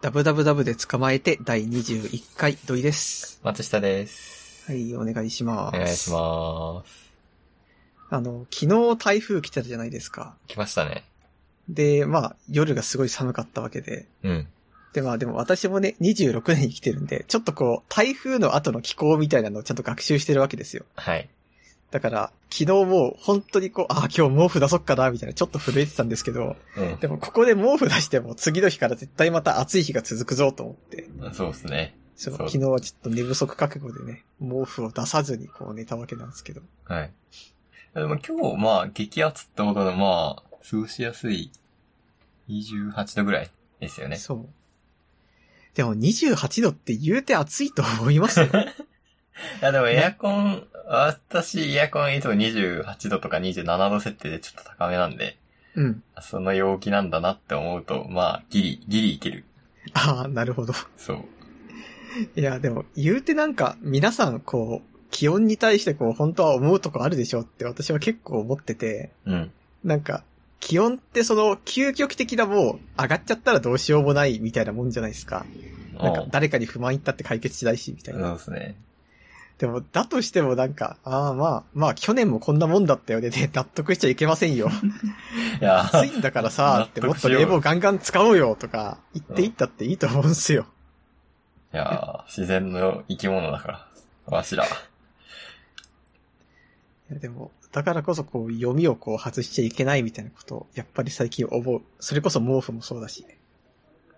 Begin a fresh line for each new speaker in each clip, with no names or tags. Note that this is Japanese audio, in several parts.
ダブダブダブで捕まえて第21回土井です。
松下です。
はい、お願いしま
お
す。
願いします。
あの、昨日台風来てたじゃないですか。
来ましたね。
で、まあ、夜がすごい寒かったわけで。
うん。
で、まあでも私もね、26年生きてるんで、ちょっとこう、台風の後の気候みたいなのをちゃんと学習してるわけですよ。
はい。
だから、昨日もう本当にこう、ああ、今日毛布出そっかな、みたいな、ちょっと震えてたんですけど、
うん
でもここで毛布出しても次の日から絶対また暑い日が続くぞと思って、
そうですね。
そう
そう
昨日はちょっと寝不足覚悟でね、毛布を出さずにこう寝たわけなんですけど。
はい。でも今日、まあ、激アツってことで、まあ、過ごしやすい28度ぐらいですよね。
そう。でも28度って言うて暑いと思い ますよ。
いや、でもエアコン、私、エアコンいつも28度とか27度設定でちょっと高めなんで、
うん。
その陽気なんだなって思うと、まあ、ギリ、ギリいける。
ああ、なるほど。
そう。
いや、でも言うてなんか皆さんこう、気温に対してこう、本当は思うとこあるでしょって私は結構思ってて、
うん。
なんか、気温ってその究極的なもう上がっちゃったらどうしようもないみたいなもんじゃないですか。なんか
おう
誰かに不満言ったって解決しないし、みたいな。
そうですね。
でも、だとしてもなんか、ああまあ、まあ去年もこんなもんだったよね、で納得しちゃいけません よ。
いや、
暑いんだからさ、っても
納
っ
得
と
しよう
冷房ガンガン使おうよとか言っていったっていいと思うんすよ。
いやー、自然の生き物だから。わしら。
いやでも、だからこそこう、読みをこう外しちゃいけないみたいなことを、やっぱり最近思う。それこそ毛布もそうだし。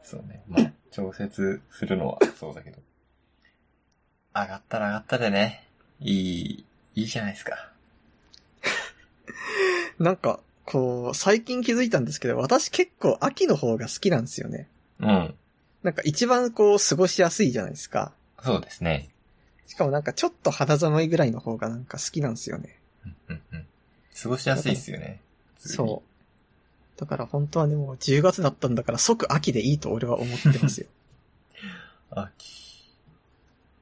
そうね。ま あ、調節するのはそうだけど。上がったら上がったでね。いい、いいじゃないですか。
なんか、こう、最近気づいたんですけど、私結構秋の方が好きなんですよね。
うん。
なんか一番こう、過ごしやすいじゃないですか。
そうですね。
しかもなんかちょっと肌寒いぐらいの方がなんか好きなんですよね。
うんうんうん。過ごしやすいっすよね。
そう。だから本当はね、もう10月だったんだから即秋でいいと俺は思ってます よ。
う。秋。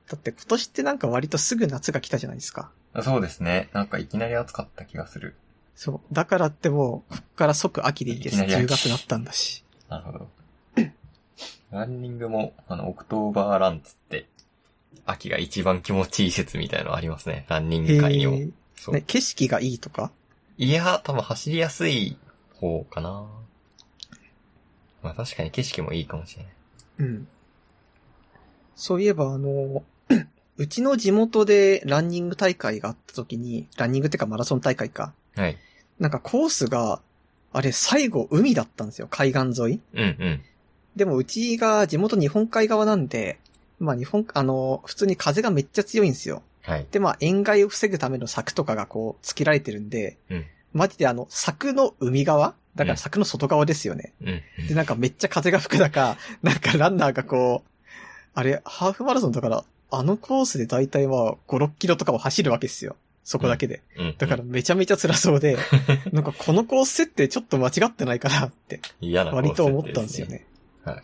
だって今年ってなんか割とすぐ夏が来たじゃないですか。
そうですね。なんかいきなり暑かった気がする。
そう。だからってもう、こっから即秋でいいです。
いきなり
10
秋
月なったんだし。
なるほ ど。ランニングも、あの、オクトーバーランツって、秋が一番気持ちいい説みたいのありますね。ランニン
へ
グ界にも。
え。
そう
ね、景色がいいとか
いや、多分走りやすい方かな。まあ確かに景色もいいかもしれない。
うん。そういえばあの、 うちの地元でランニング大会があった時に、ランニングってかマラソン大会か。
はい。
なんかコースが、あれ最後海だったんですよ。海岸沿い。
うんうん。
でもうちが地元日本海側なんで、まあ日本、あの、普通に風がめっちゃ強いんですよ。
はい。
でまあ塩害を防ぐための柵とかがこう、つけられてるんで、
うん
マジであの、柵の海側だから柵の外側ですよね。
うんうん。
で、なんかめっちゃ風が吹く中、 なんかランナーがこう、あれ、ハーフマラソンだから、あのコースで大体は5、6キロとかを走るわけですよ。そこだけで。
うんう ん
だからめちゃめちゃ辛そうで、なんかこのコース設定ちょっと間違ってないかなって、
嫌なコース
割と思ったんですよ
設定
ね。
すね。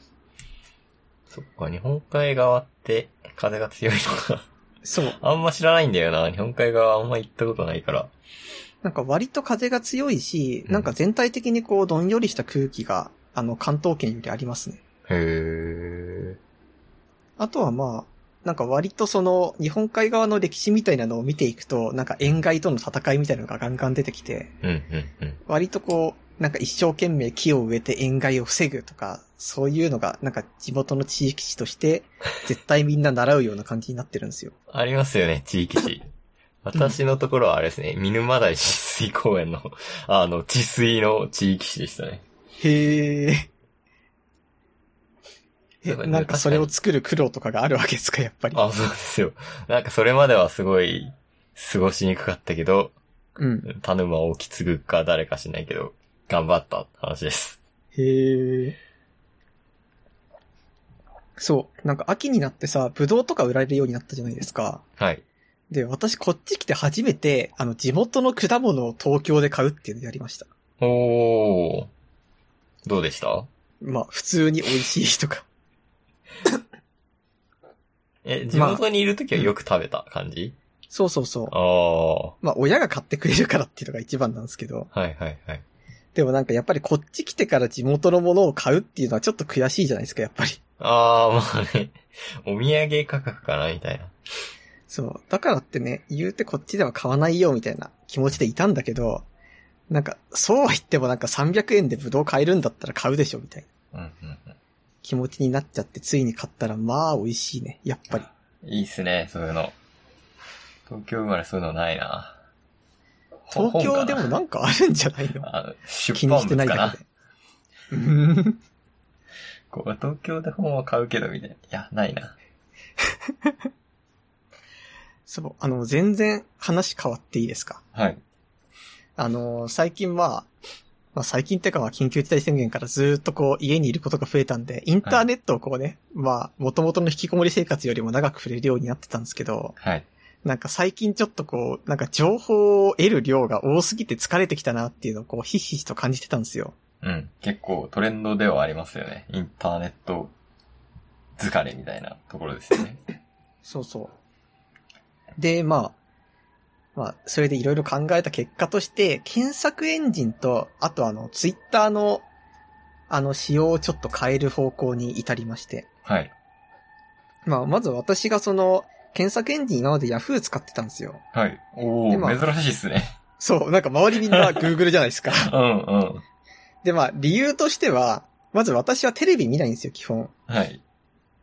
そっか、日本海側って風が強いのか。
そう。
あんま知らないんだよな。日本海側あんま行ったことないから。
なんか割と風が強いし、
うん
なんか全体的にこうどんよりした空気が、あの関東圏よりありますね。
へー。
あとはまあ、なんか割とその日本海側の歴史みたいなのを見ていくと、なんか沿岸との戦いみたいなのがガンガン出てきて、
うんうんうん。
割とこう、なんか一生懸命木を植えて沿岸を防ぐとか、そういうのがなんか地元の地域史として、絶対みんな習うような感じになってるんですよ。
ありますよね、地域 史。私のところはあれですね、見沼台治水公園の、あの、治水の地域史でしたね。
へー。
そ
え、
うだね
なんかそれを作る苦労とかがあるわけですか、やっぱり。
あ、そうですよ。なんかそれまではすごい過ごしにくかったけど、
うん。
田沼をき継ぐか誰か知んないけど、頑張ったって話です。
へえ。そう。なんか秋になってさ、ブドウとか売られるようになったじゃないですか。
はい。
で、私こっち来て初めて、あの、地元の果物を東京で買うっていうのやりました。
おー。どうでした
まあ、普通に美味しいとか。
え、地元にいるときはよく食べた感じ、
そうそうそう。
あー。
まあ、親が買ってくれるからっていうのが一番なんですけど。
はいはいはい。
でもなんかやっぱりこっち来てから地元のものを買うっていうのはちょっと悔しいじゃないですか、やっぱり。
ああ、まあね。お土産価格かなみたいな。
そう。だからってね、言うてこっちでは買わないよみたいな気持ちでいたんだけど、なんか、そうは言ってもなんか300円でブドウ買えるんだったら買うでしょみたいな
うんうん
気持ちになっちゃって、ついに買ったら、まあ美味しいね。やっぱり。
うん。いいっすね、そういうの。東京生まれそういうのないな。ほ
東京でも
本
な
か
んかあるんじゃないの
あの
気
出
に
版
してな
物か
いだ
な
け。で。うん
こう東京で本は買うけど、みたいな。いや、ないな。
そう。あの、全然話変わっていいですか
はい。
あの、最近は、まあ、最近っていうかまあ緊急事態宣言からずーっとこう家にいることが増えたんで、インターネットをこうね、まあ元々の引きこもり生活よりも長く触れるようになってたんですけど、
はい。
なんか最近ちょっとこう、なんか情報を得る量が多すぎて疲れてきたなっていうのをこうひしひしと感じてたんですよ。
うん。結構トレンドではありますよね。インターネット疲れみたいなところですよ ね。
そうそう。で、まあ、まあ、それでいろいろ考えた結果として、検索エンジンと、あとあの、ツイッターの、あの、仕様をちょっと変える方向に至りまして。
はい。
まあ、まず私がその、検索エンジン今まで Yahoo 使ってたんですよ。
はい。お
でま
ー、
あ
珍しいっすね。
そう、なんか周りみんな Google じゃないですか。
うんうん。
で、まあ、理由としては、まず私はテレビ見ないんですよ、基本。
はい。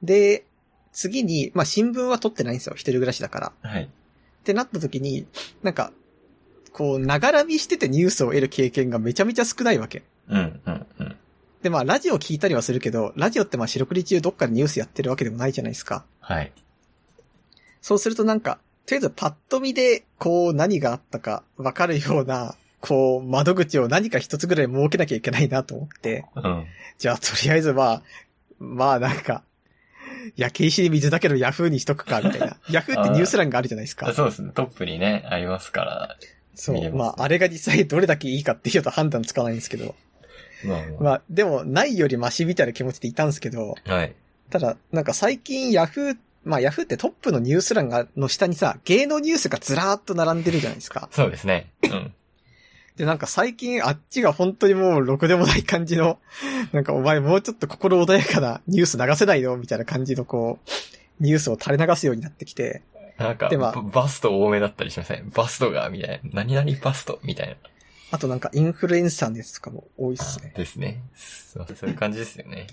で、次に、まあ、新聞は撮ってないんですよ、一人暮らしだから。っ
はい。
てなった時に、なんか、こう、ながら見しててニュースを得る経験がめちゃめちゃ少ないわけ。
うんうんうん。
で、まあ、ラジオ聞いたりはするけど、ラジオってまあ、四六時中どっかでニュースやってるわけでもないじゃないですか。
はい。
そうするとなんか、とりあえずパッと見で、こう何があったかわかるような、 こう窓口を何か一つぐらい設けなきゃいけないなと思って、
うん。
じゃあとりあえずまあ、まあなんか、焼け石に水だけどヤフーにしとくか、みたい な。ヤフーってニュース欄があるじゃないです
あ
か。
そうですね。トップにね、ありますから。
そ
見れ
う。
ます
まああれが実際どれだけいいかっていうと判断つかないんですけど。
まあ
まあでもないよりマシみたいな気持ちでいたんですけど、
あ。はい。
ただなんか最近ヤフー、まあヤフーってトップのニュース欄が、の下にさ、芸能ニュースがずらーっと並んでるじゃないですか。
そうですね。うん。
で、なんか最近あっちが本当にもうろくでもない感じの、 なんかお前もうちょっと心穏やかなニュース流せないよみたいな感じのこう、ニュースを垂れ流すようになってきて、
なんか、
でまあ
ババスト多めだったりしませんバストが、みたいな。何々バストみたいな。
あとなんかインフルエンサーのやつとかも多いっすね。
ですね。すいませんそういう感じですよね。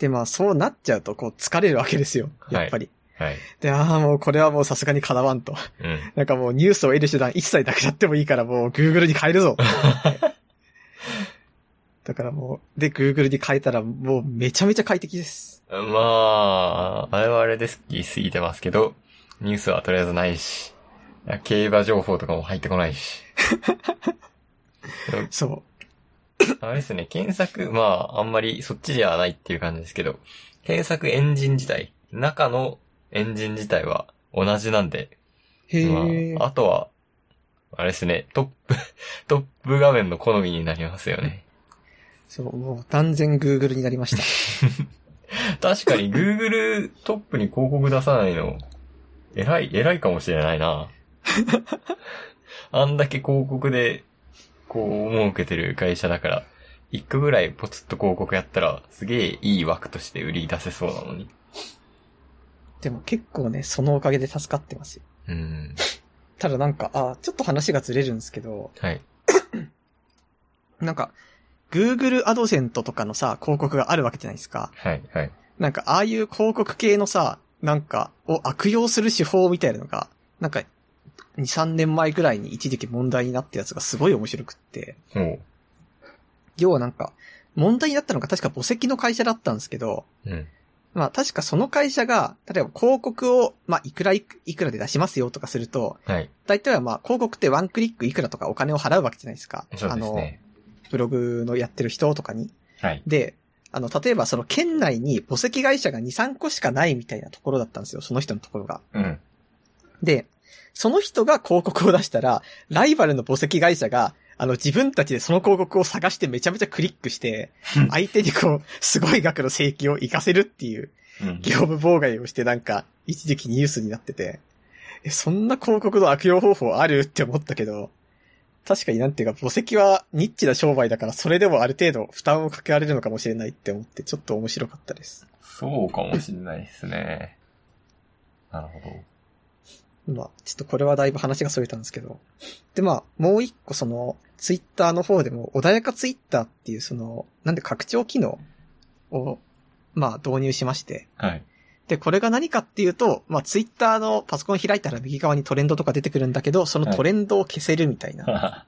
で、まあそうなっちゃうとこう疲れるわけですよ。やっぱり。
はい。
で、ああ、もうこれはもうさすがにかなわんと。
うん。
なんかもうニュースを得る手段一切なくなってもいいからもう Google に変えるぞっ て思ってだからもう、で、Google に変えたらもうめちゃめちゃ快適です。
まあ、あれはあれです。言い過ぎてますけど、ニュースはとりあえずないし、競馬情報とかも入ってこないし。
そう。
あれですね、検索、まあ、あんまりそっちじゃないっていう感じですけど、検索エンジン自体、中のエンジン自体は同じなんで、
へえ。
まあ、あとは、あれですね、トップ、 トップ画面の好みになりますよね。
そう、もう断然 Google になりました。
確かに Google トップに広告出さないの、偉い、偉いかもしれない な。あんだけ広告で、こう、儲けてる会社だから、一個ぐらいポツッと広告やったら、すげえいい枠として売り出せそうなのに。
でも結構ね、そのおかげで助かってますよ。
うん。
ただなんか、あ、ちょっと話がずれるんですけど、
はい。
なんか、Google アドセントとかのさ、広告があるわけじゃないですか。
はい、はい。
なんか、ああいう広告系のさ、なんか、を悪用する手法みたいなのが、なんか、2、3年前ぐらいに一時期問題になったやつがすごい面白くって、
ほう。
要はなんか、問題になったのが確か墓石の会社だったんですけど、
うん。
まあ確かその会社が、例えば広告を、まあいくらいくいくらで出しますよとかすると、
はい。
大体はまあ広告ってワンクリックいくらとかお金を払うわけじゃないですか。
そうで
あ
すね。
の、ブログのやってる人とかに。
はい。
で、あの、例えばその県内に墓石会社が2、3個しかないみたいなところだったんですよ。その人のところが。
うん。
で、その人が広告を出したら、ライバルの墓石会社が、あの、自分たちでその広告を探してめちゃめちゃクリック して、相手にこう、すごい額の請求を活かせるっていう
うん
業務妨害をしてなんか、一時期ニュースになってて、え、そんな広告の悪用方法あるって思ったけど、確かになんていうか、墓石はニッチな商売だから、それでもある程度負担をかけられるのかもしれないって思って、ちょっと面白かったです。
そうかもしれないですね。なるほど。
まあ、ちょっとこれはだいぶ話が逸れたんですけど。で、まあ、もう一個その、ツイッターの方でも、穏やかツイッターっていうその、なんで拡張機能を、まあ、導入しまして。
はい。
で、これが何かっていうと、まあ、ツイッターのパソコン開いたら右側にトレンドとか出てくるんだけど、そのトレンドを消せるみたいな。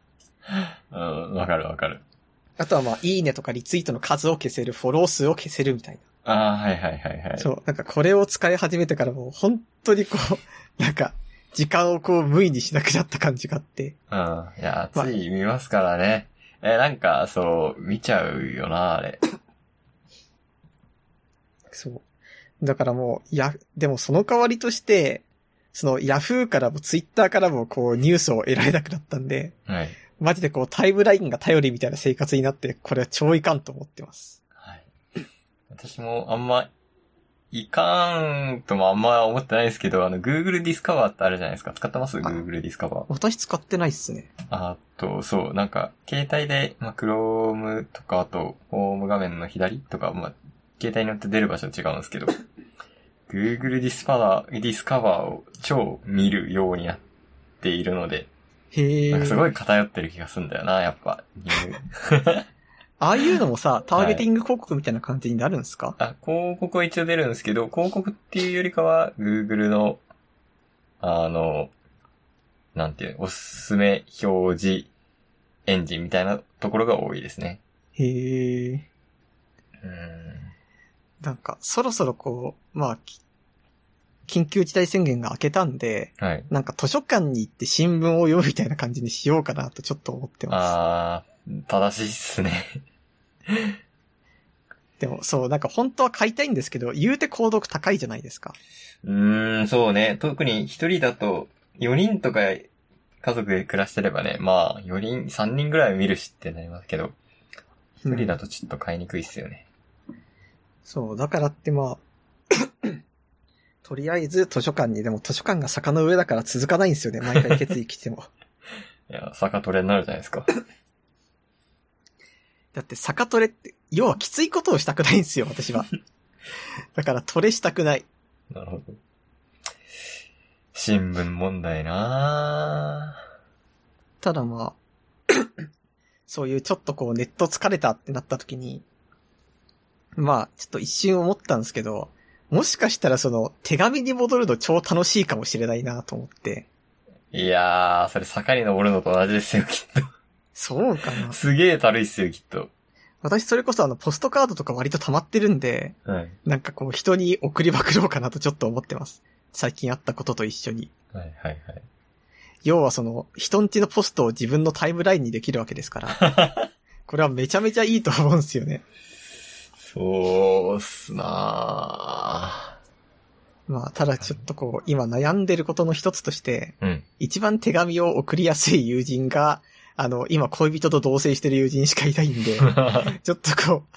うん、わかるわかる。
あとはまあ、いいねとかリツイートの数を消せる、フォロー数を消せるみたいな。
ああ、はいはいはいはい。
そう、なんかこれを使い始めてからもう本当にこう、 なんか、時間をこう無意にしなくなった感じがあって。
うん。いや、つい見ますからね。え、なんか、そう、見ちゃうよな、あれ。
そう。だからもう、や、でもその代わりとして、そのヤフーからもツイッターからもこうニュースを得られなくなったんで、
はい。
マジでこうタイムラインが頼りみたいな生活になって、これは超いかんと思ってます。
はい。私もあんま、いかんともあんま思ってないですけど、あの、Google Discover ってあるじゃないですか。使ってます ?Google Discover。
私使ってないっすね。
あと、そう、なんか、携帯で、まあ、Chrome とか、あと、ホーム画面の左とか、まあ、携帯によって出る場所違うんですけど、Google Discover, Discover を超見るようになっているので、
へ
なんか
え。
すごい偏ってる気がするんだよな、やっ ぱ。
ああいうのもさ、ターゲティング広告みたいな感じになるんですか、
あ、広告は一応出るんですけど、広告っていうよりかは、Google の、あの、なんていう、おすすめ表示エンジンみたいなところが多いですね。
へえ。
うん。
なんか、そろそろこう、まあ、き緊急事態宣言が明けたんで、
はい。
なんか図書館に行って新聞を読むみたいな感じにしようかなとちょっと思ってま
あー、正しいっすね。
す。でもそう、なんか本当は買いたいんですけど、言うて購読高いじゃないですか。
うーん、そうね。特に一人だと、4人とか家族で暮らしてればね、まあ、4人、3人ぐらいは見るしってなりますけど、一人だとちょっと買いにくいっすよね。
そう、だからってま あ、とりあえず図書館に、でも図書館が坂の上だから続かないんですよね、毎回決意来ても。
いや、坂トレになるじゃない ですか。
だって坂トレって、要はきついことをしたくないんですよ、私は。 だからトレしたくない。
なるほど。新聞問題なぁ
ただまあ、 そういうちょっとこうネット疲れたってなった時に、まあ、ちょっと一瞬思ったんですけど、もしかしたらその手紙に戻るの超楽しいかもしれないなと思って。
いやー、それ坂に登るのと同じですよ、きっ
そうかな
と。。すげーたるいっすよ、きっと。
私それこそあのポストカードとか割と溜まってるんで、
はい。
なんかこう人に送りまくろうかなとちょっと思ってます。最近あったことと一緒に。
はい、はい、はい。
要はその人んちのポストを自分のタイムラインにできるわけですから。これはめちゃめちゃいいと思うんですよね。
そうっすな
まあ、ただちょっとこう、今悩んでることの一つとして、
ぁうん。
一番手紙を送りやすい友人が、あの、今恋人と同棲してる友人しかいないんで、 ちょっとこう、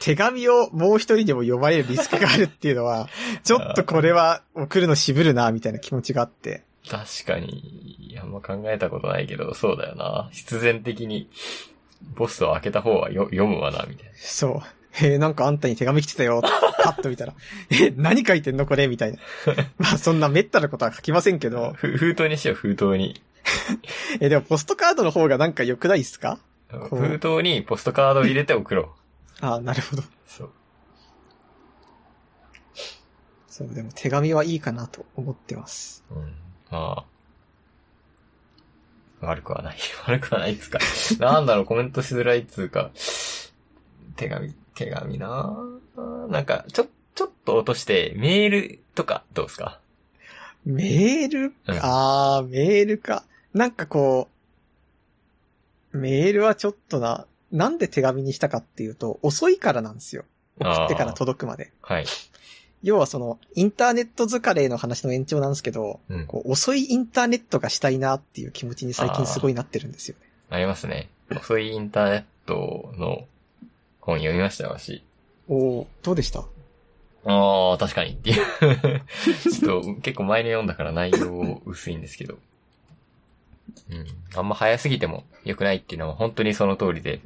手紙をもう一人でも読まれるリスクがあるっていうのは、ちょっとこれは送るの渋るな、みたいな気持ちがあって。
確かに、あんま考えたことないけど、そうだよな必然的に、ポストを開けた方はよ読むわな、みたい
そう。えー、なんかあんたに手紙来てたよ。パッと見たら。 え、何書いてんのこれみ たいな。まあそんな滅多なことは書きませんけ
な。
ど、
ふ封筒にしよう、封筒に。
えーでもポストカードの方がなんか良くないですかう
封筒にポストカードを入れて送ろう。
あーなるほど。
そう。
そう、でも手紙はいいかなと思ってます。
うん。まあ。悪くはない。 悪くはないっつうか。 なんだろう、コメントしづらいっつうか。手紙、手紙なぁなんか、ちょ、ちょっと落として、メールとか、どうですか
メール
うん
か、あーメールか。なんかこう、メールはちょっとな、なんで手紙にしたかっていうと、遅いからなんですよ。送ってから届くまで。
はい。
要はその、インターネット疲れの話の延長なんですけど、
うん。
こう遅いインターネットがしたいなっていう気持ちに最近すごいなってるんですよね。
ありますね。遅いインターネットの本読みましたよ、私。
おーどうでした
ああ、確かに っていう。ちょっと結構前に読んだから内容薄いんですけど。うん。あんま早すぎても良くないっていうのは本当にその通りで。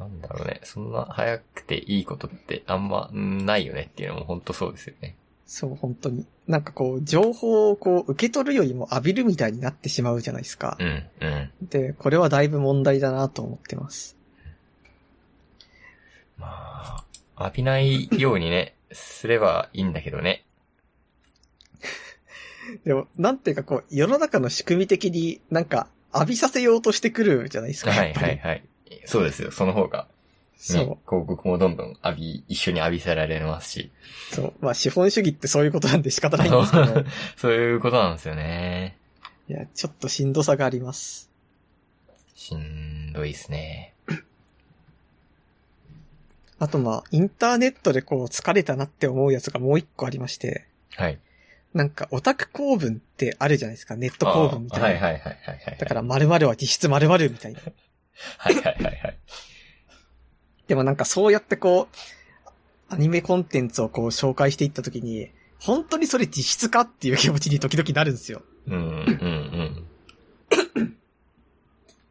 なんだろうね。そんな早くていいことってあんまうんないよねっていうのも本当そうですよね。
そう、本当に。なんかこう、情報をこう、受け取るよりも浴びるみたいになってしまうじゃないですか
う。ん、うん。
で、これはだいぶ問題だなと思ってます。
まあ、浴びないようにね、すればいいんだけどね。
でも、なんていうかこう、世の中の仕組み的になんか、浴びさせようとしてくるじゃないですか。
は
や
い
っぱり
はいはい。そうですよ。その方が、ね、
そう。
広告もどんどん浴び、一緒に浴びせられますし。
そう。まあ、資本主義ってそういうことなんで仕方ないんですけ ど、
そういうことなんですよね。
いや、ちょっとしんどさがあります。
しんどいですね。
あとまあ、インターネットでこう、疲れたなって思うやつがもう一個ありまして、
はい。
なんか、オタク公文ってあるじゃないですか。ネット公文みたいな。
あーはいはいはいはいはい。
だから、〇〇は実質〇〇みたいな。
はいはいはいはい。
でもなんかそうやってこう、アニメコンテンツをこう紹介していったときに、本当にそれ実質かっていう気持ちに時々なるんですよ。
うんうん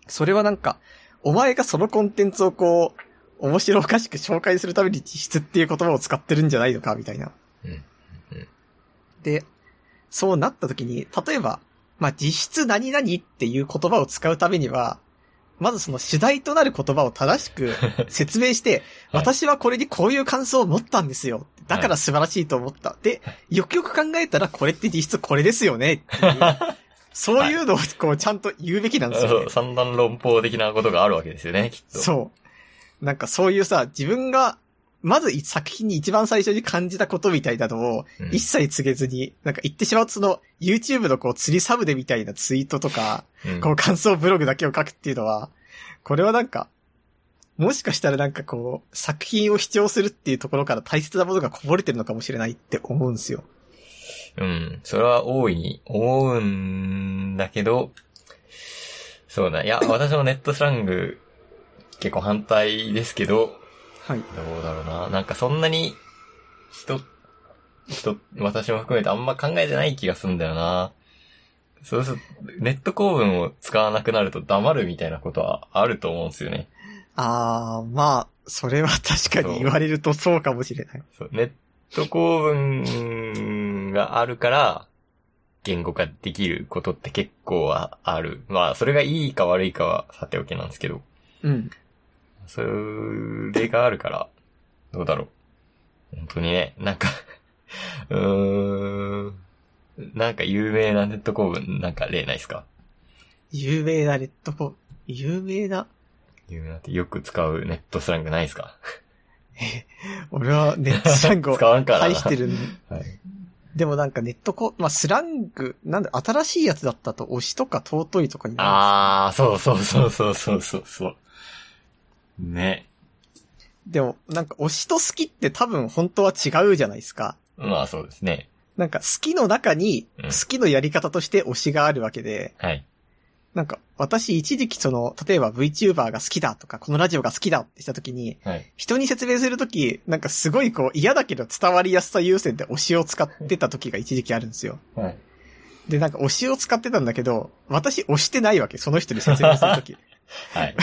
それはなんか、お前がそのコンテンツをこう、面白おかしく紹介するために実質っていう言葉を使ってるんじゃないのか、みたいな。
うん。うん。
で、そうなったときに、例えば、まあ、実質何々っていう言葉を使うためには、まずその主題となる言葉を正し く説明して、
はい
私はこれにこういう感想を持ったんですよ。だから素晴らしいと思った。で、よくよく考えたらこれって実質これですよねって いう。そういうのをこうちゃんと言うべきなんですよ、
そう、
ね。
三段論法的なことがあるわけですよね、きっと。う。
そう。なんかそういうさ、自分が、まず作品に一番最初に感じたことみたいなのを、
ん、
一切告げずに、なんか言ってしまうとその、YouTube のこう、釣りサムネみたいなツイートとか、
うん
こう、感想ブログだけを書くっていうのは、これはなんか、もしかしたらなんかこう、作品を主張するっていうところから大切なものがこぼれてるのかもしれないって思うんですよ。
うん。それは大いに思うんだけど、そうだ。いや、私もネットスラング結構反対ですけど、
はい。
どうだろうな。なんかそんなに人、人、私も含めてあんま考えてない気がするんだよな。そうすると、ネット公文を使わなくなると黙るみたいなことはあると思うんですよね。
あー、まあ、それは確かに言われるとそうかもしれない。
そうネット公文があるから、言語化できることって結構はある。まあ、それがいいか悪いかはさておきなんですけど、
うん。
それがあるから、どうだろう。本当にね、なんか、 うーん、なんか有名なネット公文、なんか例ないですか
有名なレッドポ、有名な、
有名なってよく使うネットスラングないですか
俺はネットスラングを
使わんからな。
愛してるんで
はい。
でもなんかネットこ、まあ、スラング、なんだ、新しいやつだったと、推しとか尊いとかになるんです
あー、そうそうそうそうそうそうそう。ね。
でも、なんか推しと好きって多分本当は違うじゃないですか。
まあそうですね。
なんか好きの中に、
うん
好きのやり方として推しがあるわけで、
はい。
なんか私一時期その、例えば VTuber が好きだとか、このラジオが好きだってした時に、
はい。
人に説明するとき、なんかすごいこう嫌だけど伝わりやすさ優先で推しを使ってた時が一時期あるんですよ。
はい。
で、なんか推しを使ってたんだけど、私推してないわけ、その人に説明するとき。
はい。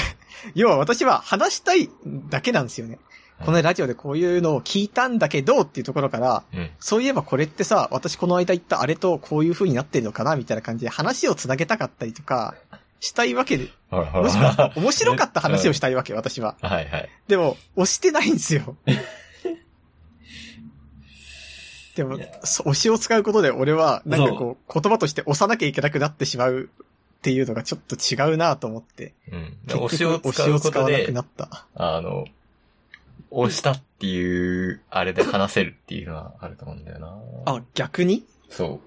要は私は話したいだけなんですよね。
はい
このラジオでこういうのを聞いたんだけどっていうところから、
うん。
そういえばこれってさ、私この間言ったあれとこういう風になってるのかなみたいな感じで話を繋げたかったりとか、したいわけで、
ほらほ
もし くは
ら。
面白かった話をしたいわけ、私は。
はいはい。
でも、押してないんです よ。でも
いや、
そ押しを使うことで俺は、なんかこう、言葉として押さなきゃいけなくなってしまうっていうのがちょっと違うなと思って。
うん。で
結局
推しを使うこ
押しを使
と
わなく
で
な、った。
あの、押したっていう、あれで話せるっていうのはあると思うんだよな。
あ、逆に
そ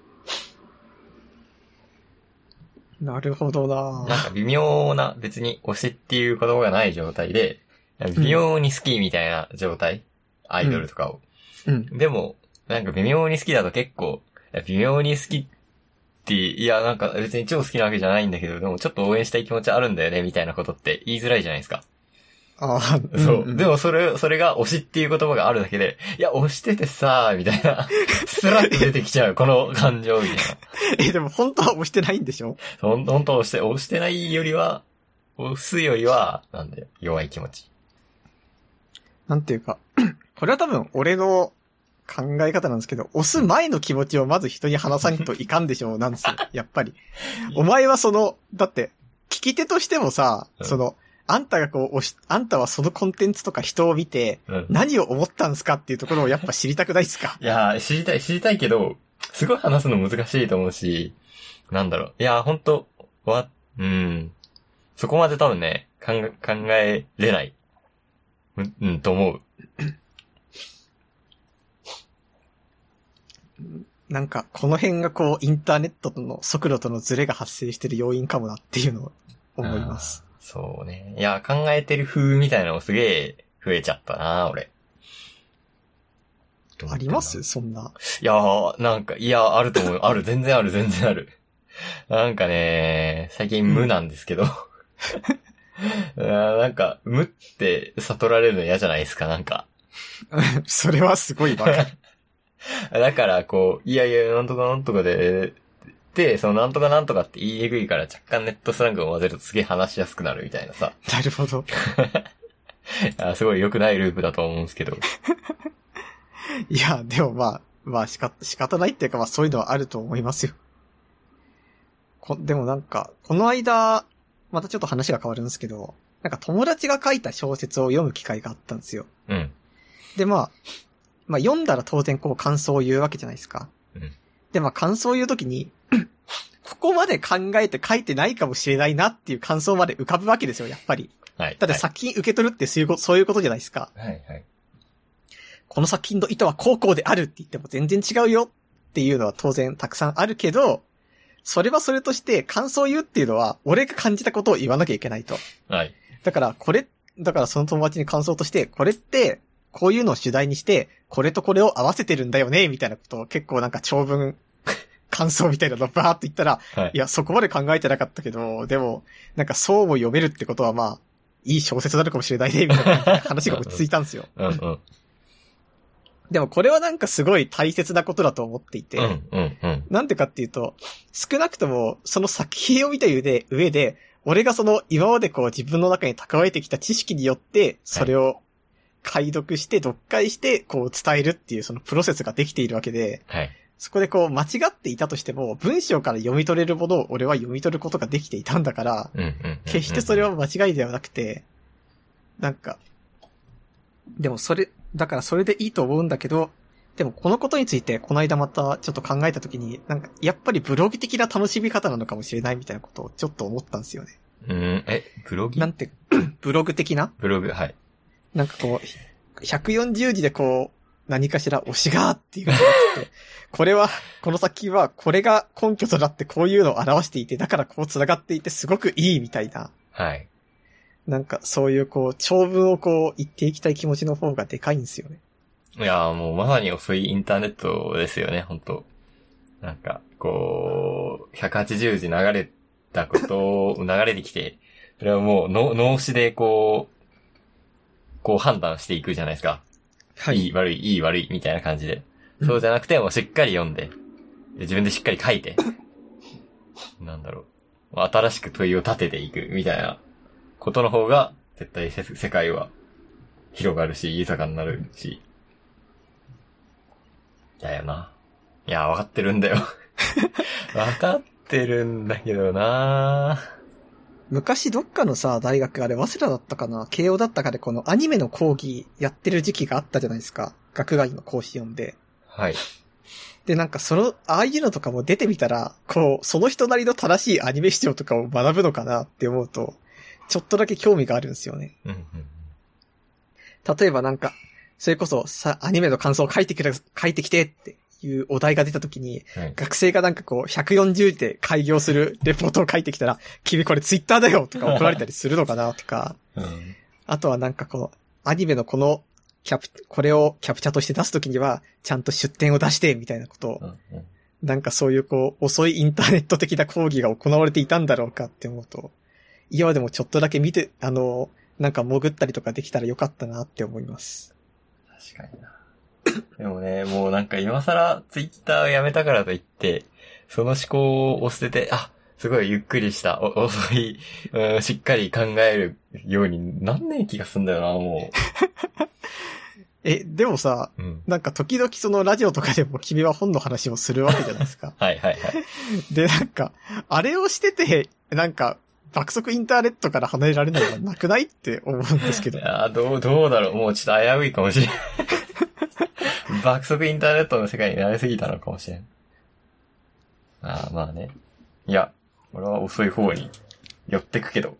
なるほど
う。
な
なんか微妙な、別に推しっていう言葉がない状態で、微妙に好きみたいな状態。アイドルとかを。
うん。
でも、なんか微妙に好きだと結構、いや微妙に好きって、いや、なんか別に超好きなわけじゃないんだけど、でもちょっと応援したい気持ちあるんだよね、みたいなことって言いづらいじゃないですか。
ああ、
そう。
んん
でもそれ、それが推しっていう言葉があるだけで、いや、推しててさみたいな、スラッと出てきちゃう、この感情みたいな。
え、でも本当は押してないんでしょ
ほん本当押して、押してないよりは、押すよりは、なんだよ、弱い気持ち。
なんていうか、 これは多分俺の考え方なんですけど、押す前の気持ちをまず人に話さんといかんでしょう、なんですよ。 やっぱり。お前はその、だって、聞き手としてもさ、
うん
その、あんたがこう押し、あんたはそのコンテンツとか人を見て、
うん。
何を思ったんですかっていうところをやっぱ知りたくないですか
いやー、知りたい、知りたいけど、すごい話すの難しいと思うし、なんだろう。いやー、ほんと、わ、うん。そこまで多分ね、考え考えれない。うん、うん、と思う。
なんか、この辺がこう、インターネットとの速度とのズレが発生してる要因かもなっていうのを思います。
あー。そうね。いや、考えてる風みたいなのすげえ増えちゃったな、俺。どう
あ
なって
り
んだ
ますそんな。
いやー、なんか、いや、あると思う。ある、全然ある、全然ある。なんかね、最近無なんですけど。 あーなんか、無って悟られるの嫌じゃないですか、なんか。
それはすごいわかる。
だから、こう、いやいや、なんとかなんとかで、で、そのなんとかなんとかって言いにくいから若干ネットスラングを混ぜるとすげえ話しやすくなるみたいなさ。
なるほど。
あーすごい良くないループだと思うんですけど。
いや、でもまあ、まあ仕方、仕方ないっていうかまあそういうのはあると思いますよ。こでもなんか、この間、またちょっと話が変わるんですけど、なんか友達が書いた小説を読む機会があったんですよ。
うん。
でまあ、まあ読んだら当然こう感想を言うわけじゃないですか。
うん
でまあ感想を言うときに、 ここまで考えて書いてないかもしれないなっていう感想まで浮かぶわけですよ、やっぱり。
はい。
だって作品受け取るってそういうことそういうことじゃないですか。
はい、はい、はい。
この作品の意図は高校であるって言っても全然違うよっていうのは当然たくさんあるけど、それはそれとして感想を言うっていうのは俺が感じたことを言わなきゃいけないと。
はい。
だからこれ、だからその友達に感想として、これってこういうのを主題にして、これとこれを合わせてるんだよね、みたいなことを結構なんか長文、感想みたいなのをバーって言ったら、
はい
いや、そこまで考えてなかったけど、でも、なんかそうも読めるってことはまあ、いい小説になるかもしれないね、みたいな話が落ち着いたんですよ。
うん、うん。
でもこれはなんかすごい大切なことだと思っていて、
うん、うん、うん。
なんでかっていうと、少なくともその作品を見た上で、上で、俺がその今までこう自分の中に蓄えてきた知識によって、それを解読して読解してこう伝えるっていうそのプロセスができているわけで、
はい。
そこでこう間違っていたとしても、文章から読み取れるものを俺は読み取ることができていたんだから、
うんうんうんうん
決してそれは間違いではなくて、なんか、でもそれ、だからそれでいいと思うんだけど、でもこのことについてこの間またちょっと考えたときに、なんかやっぱりブログ的な楽しみ方なのかもしれないみたいなことをちょっと思ったんですよね。
うん、え、ブロギ
なんて、 ブログ的な
ブログ、はい。
なんかこう、140字でこう、何かしら推しがっていうのがあって、 これは、この先はこれが根拠となってこういうのを表していて、だからこう繋がっていてすごくいいみたいな。
はい。
なんかそういうこう、長文をこう、言っていきたい気持ちの方がでかいんですよね。
いやーもうまさに遅いインターネットですよね、本当なんか、こう、180字流れたことを、流れてきて、それはもうの、脳死でこう、こう判断していくじゃないですか。
はい
い、悪い、いい、悪い、みたいな感じで。そうじゃなくて、もうしっかり読んで、で自分でしっかり書いて、なんだろう、新しく問いを立てていく、みたいなことの方が、絶対せ世界は広がるし、豊かになるし。だよな。いや、わかってるんだ よ。わかってるんだけどな
昔どっかのさ、大学、あれ、早稲田だったかな慶応だったかで、このアニメの講義やってる時期があったじゃないですか。学外の講師読んで。
はい。
で、なんかその、ああいうのとかも出てみたら、こう、その人なりの正しいアニメ視聴とかを学ぶのかなって思うと、ちょっとだけ興味があるんですよね。
うんうん
例えばなんか、それこそさ、アニメの感想を書いてくれ、書いてきてっていうお題が出た時に、
うん。はい
学生がなんかこう、140字で開業するレポートを書いてきたら、君これツイッターだよとか怒られたりするのかなとか、
うん
あとはなんかこの、アニメのこの、キャプ、これをキャプチャとして出すときには、ちゃんと出典を出して、みたいなことを
う、んうん
なんかそういうこう、遅いインターネット的な講義が行われていたんだろうかって思うと、いやでもちょっとだけ見て、あの、なんか潜ったりとかできたらよかったなって思います。
確かにな。でもね、もうなんか今更ツイッターをやめたからといって、その思考を捨てて、あ、すごいゆっくりした、お遅い、 うん、しっかり考えるようになんねえ気がすんだよな、も
え、でもさ、
う。うん。。
なんか時々そのラジオとかでも君は本の話をするわけじゃないですか
はいはいはい。
で、なんか、あれをしてて、なんか、爆速インターネットから離れられないのはなくないって思うんですけ
い
ど。
やーどう、どうだろう。もうちょっと危ういかもしれん。 爆速インターネットの世界に慣れすぎたのかもしれん。ああ、まあね。いや、俺は遅い方に寄ってく けど。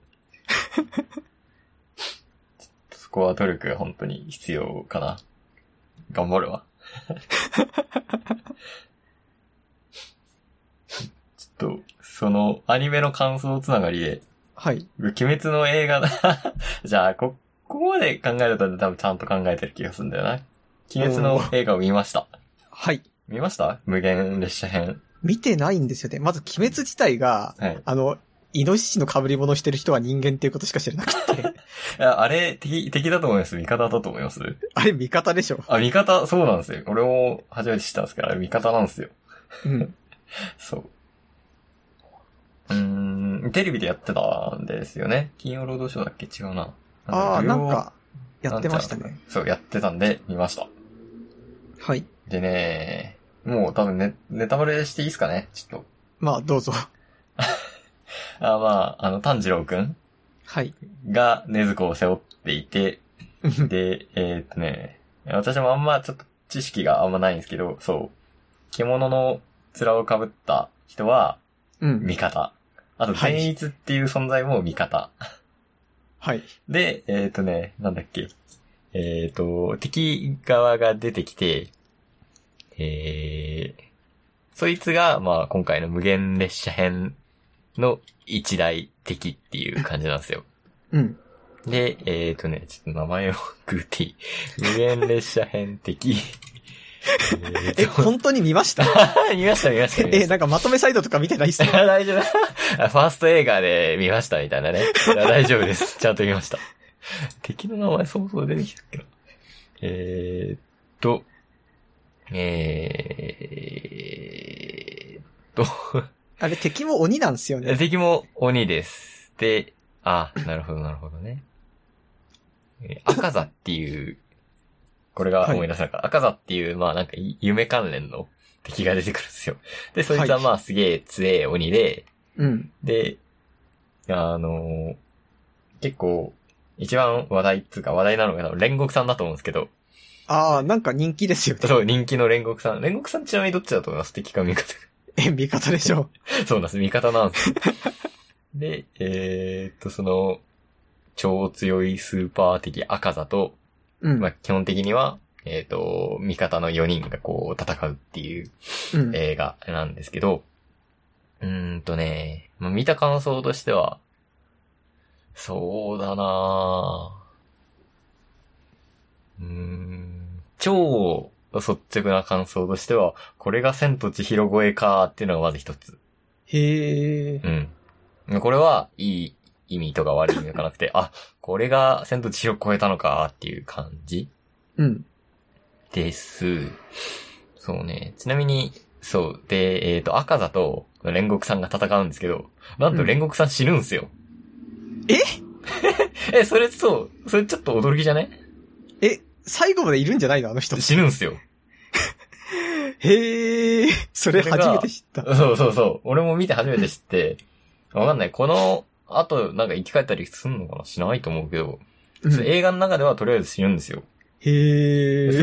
ちょっとそこは努力が本当に必要かな。頑張 るわ。ちょっと、そのアニメの感想つながりで、
はい。
鬼滅の映画だ。 じゃあ、こ、ここまで考えると多分ちゃんと考えてる気がするんだよな。鬼滅の映画を見ました。
はい。
見ました無限列車編。
見てないんですよね。まず鬼滅自体が、
はい。
あの、イノシシの被り物してる人は人間っていうことしか知らなく て、
ああれ、敵、敵だと思います味方だと思います
あれ味方でしょ。
あ、味方、そうなんですよ。俺も初めて知ったんですけど、あれ味方なんですよ。
うん。
そう。うーん、テレビでやってたんですよね。金曜ロードショーだっけ違うな。
ああ、
土曜
なんか、やってましたね。
そう、やってたんで、見ました。
はい。
でね、もう多分ネネタバレしていいですかねちょっと。
まあ、どうぞ。
あまあ、あの、炭治郎くん
はい。
が禰豆子を背負っていて、
うん
で、えーっとね、私もあんまちょっと知識があんまないんですけど、そう。獣の面を被った人は
うん。
味方。あと、
はい
善逸っていう存在も味方。
はい。
で、えーっとね、なんだっけ。えーっと、敵側が出てきて、えー、そいつが、まあ今回の無限列車編の一大敵っていう感じなん ですよ。
うん。
で、えっ、ー、とね、ちょっと名前をグーティ。無限列車編的。
え、
え
本当に見ま した
見ました見ました見ま
え、
し
なんかまとめサイトとか見てないっすね。
た。大丈夫。あファースト映画で見ましたみたいなね。いや大丈 夫です。ちゃんと見ました。敵の名前そもそも出てきたっけな。えー、っと、えー、っと、
あれ、敵も鬼なんですよね。
敵も鬼です。で、あ、なるほど、なるほどね。えー赤座っていう、これが思い出せなかった。赤座っていう、まあなんかい夢関連の敵が出てくるんですよ。で、そいつは
はい
まあすげえ強え鬼で、
うん。
で、あのー結構、一番話題っつうか話題なのが多分煉獄さんだと思うんですけど、
ああ、なんか人気ですよね。
そう、人気の煉獄さん。煉獄さんちなみにどっちだと思います敵か味方か
え、味方でしょ。
そうなんです、味方な んですよ。で、えーっと、その、超強いスーパー的赤座と、
うん。
まあ、基本的には、えーっと、味方の4人がこう、戦うっていう
うん。
映画なんですけど、うーんとね、まあ、見た感想としては、そうだなぁうーん、超率直な感想としては、これが千と千尋越えかっていうのがまず一つ。
へえ。
うん。これは、いい意味とか悪い意味とかなくて、あ、これが千と千尋を超えたのかっていう感じ
うん。
です。そうね。ちなみに、そう。で、えっ、と、赤座と煉獄さんが戦うんですけど、なんと
うん
煉獄さん死ぬんすよ。
え
え、それそう。それちょっと驚きじゃね
え、最後までいるんじゃないのあの人。
死ぬんすよ。
へえ。それ
それが
初めて知った。
そうそうそう。俺も見て初めて知って、わかんない。この後、なんか生き返ったりすんのかなしないと思うけど、
うんへ
映画の中ではとりあえず死ぬんですよ。でそ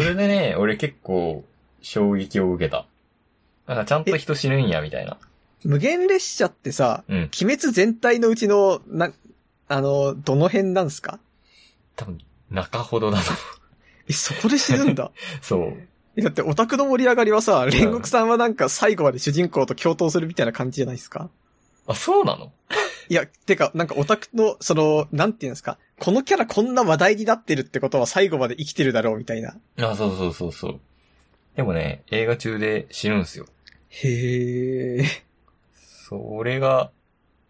え。
れでね、俺結構衝撃を受けた。なんかちゃんと人死ぬんや、みたいな。
無限列車ってさ、
うん。
鬼滅全体のうちの、な、あの、どの辺なんすか
多分、中ほどだと。
え、そこで死ぬんだ。
そう。
えだってオタクの盛り上がりはさ、煉獄さんはなんか最後まで主人公と共闘するみたいな感じじゃないですか
あ、そうなの
いや、てか、なんかオタクの、その、なんていうんですかこのキャラこんな話題になってるってことは最後まで生きてるだろうみたいな。
あ、そうそうそうそう。でもね、映画中で死ぬんすよ。
へえ。
それが、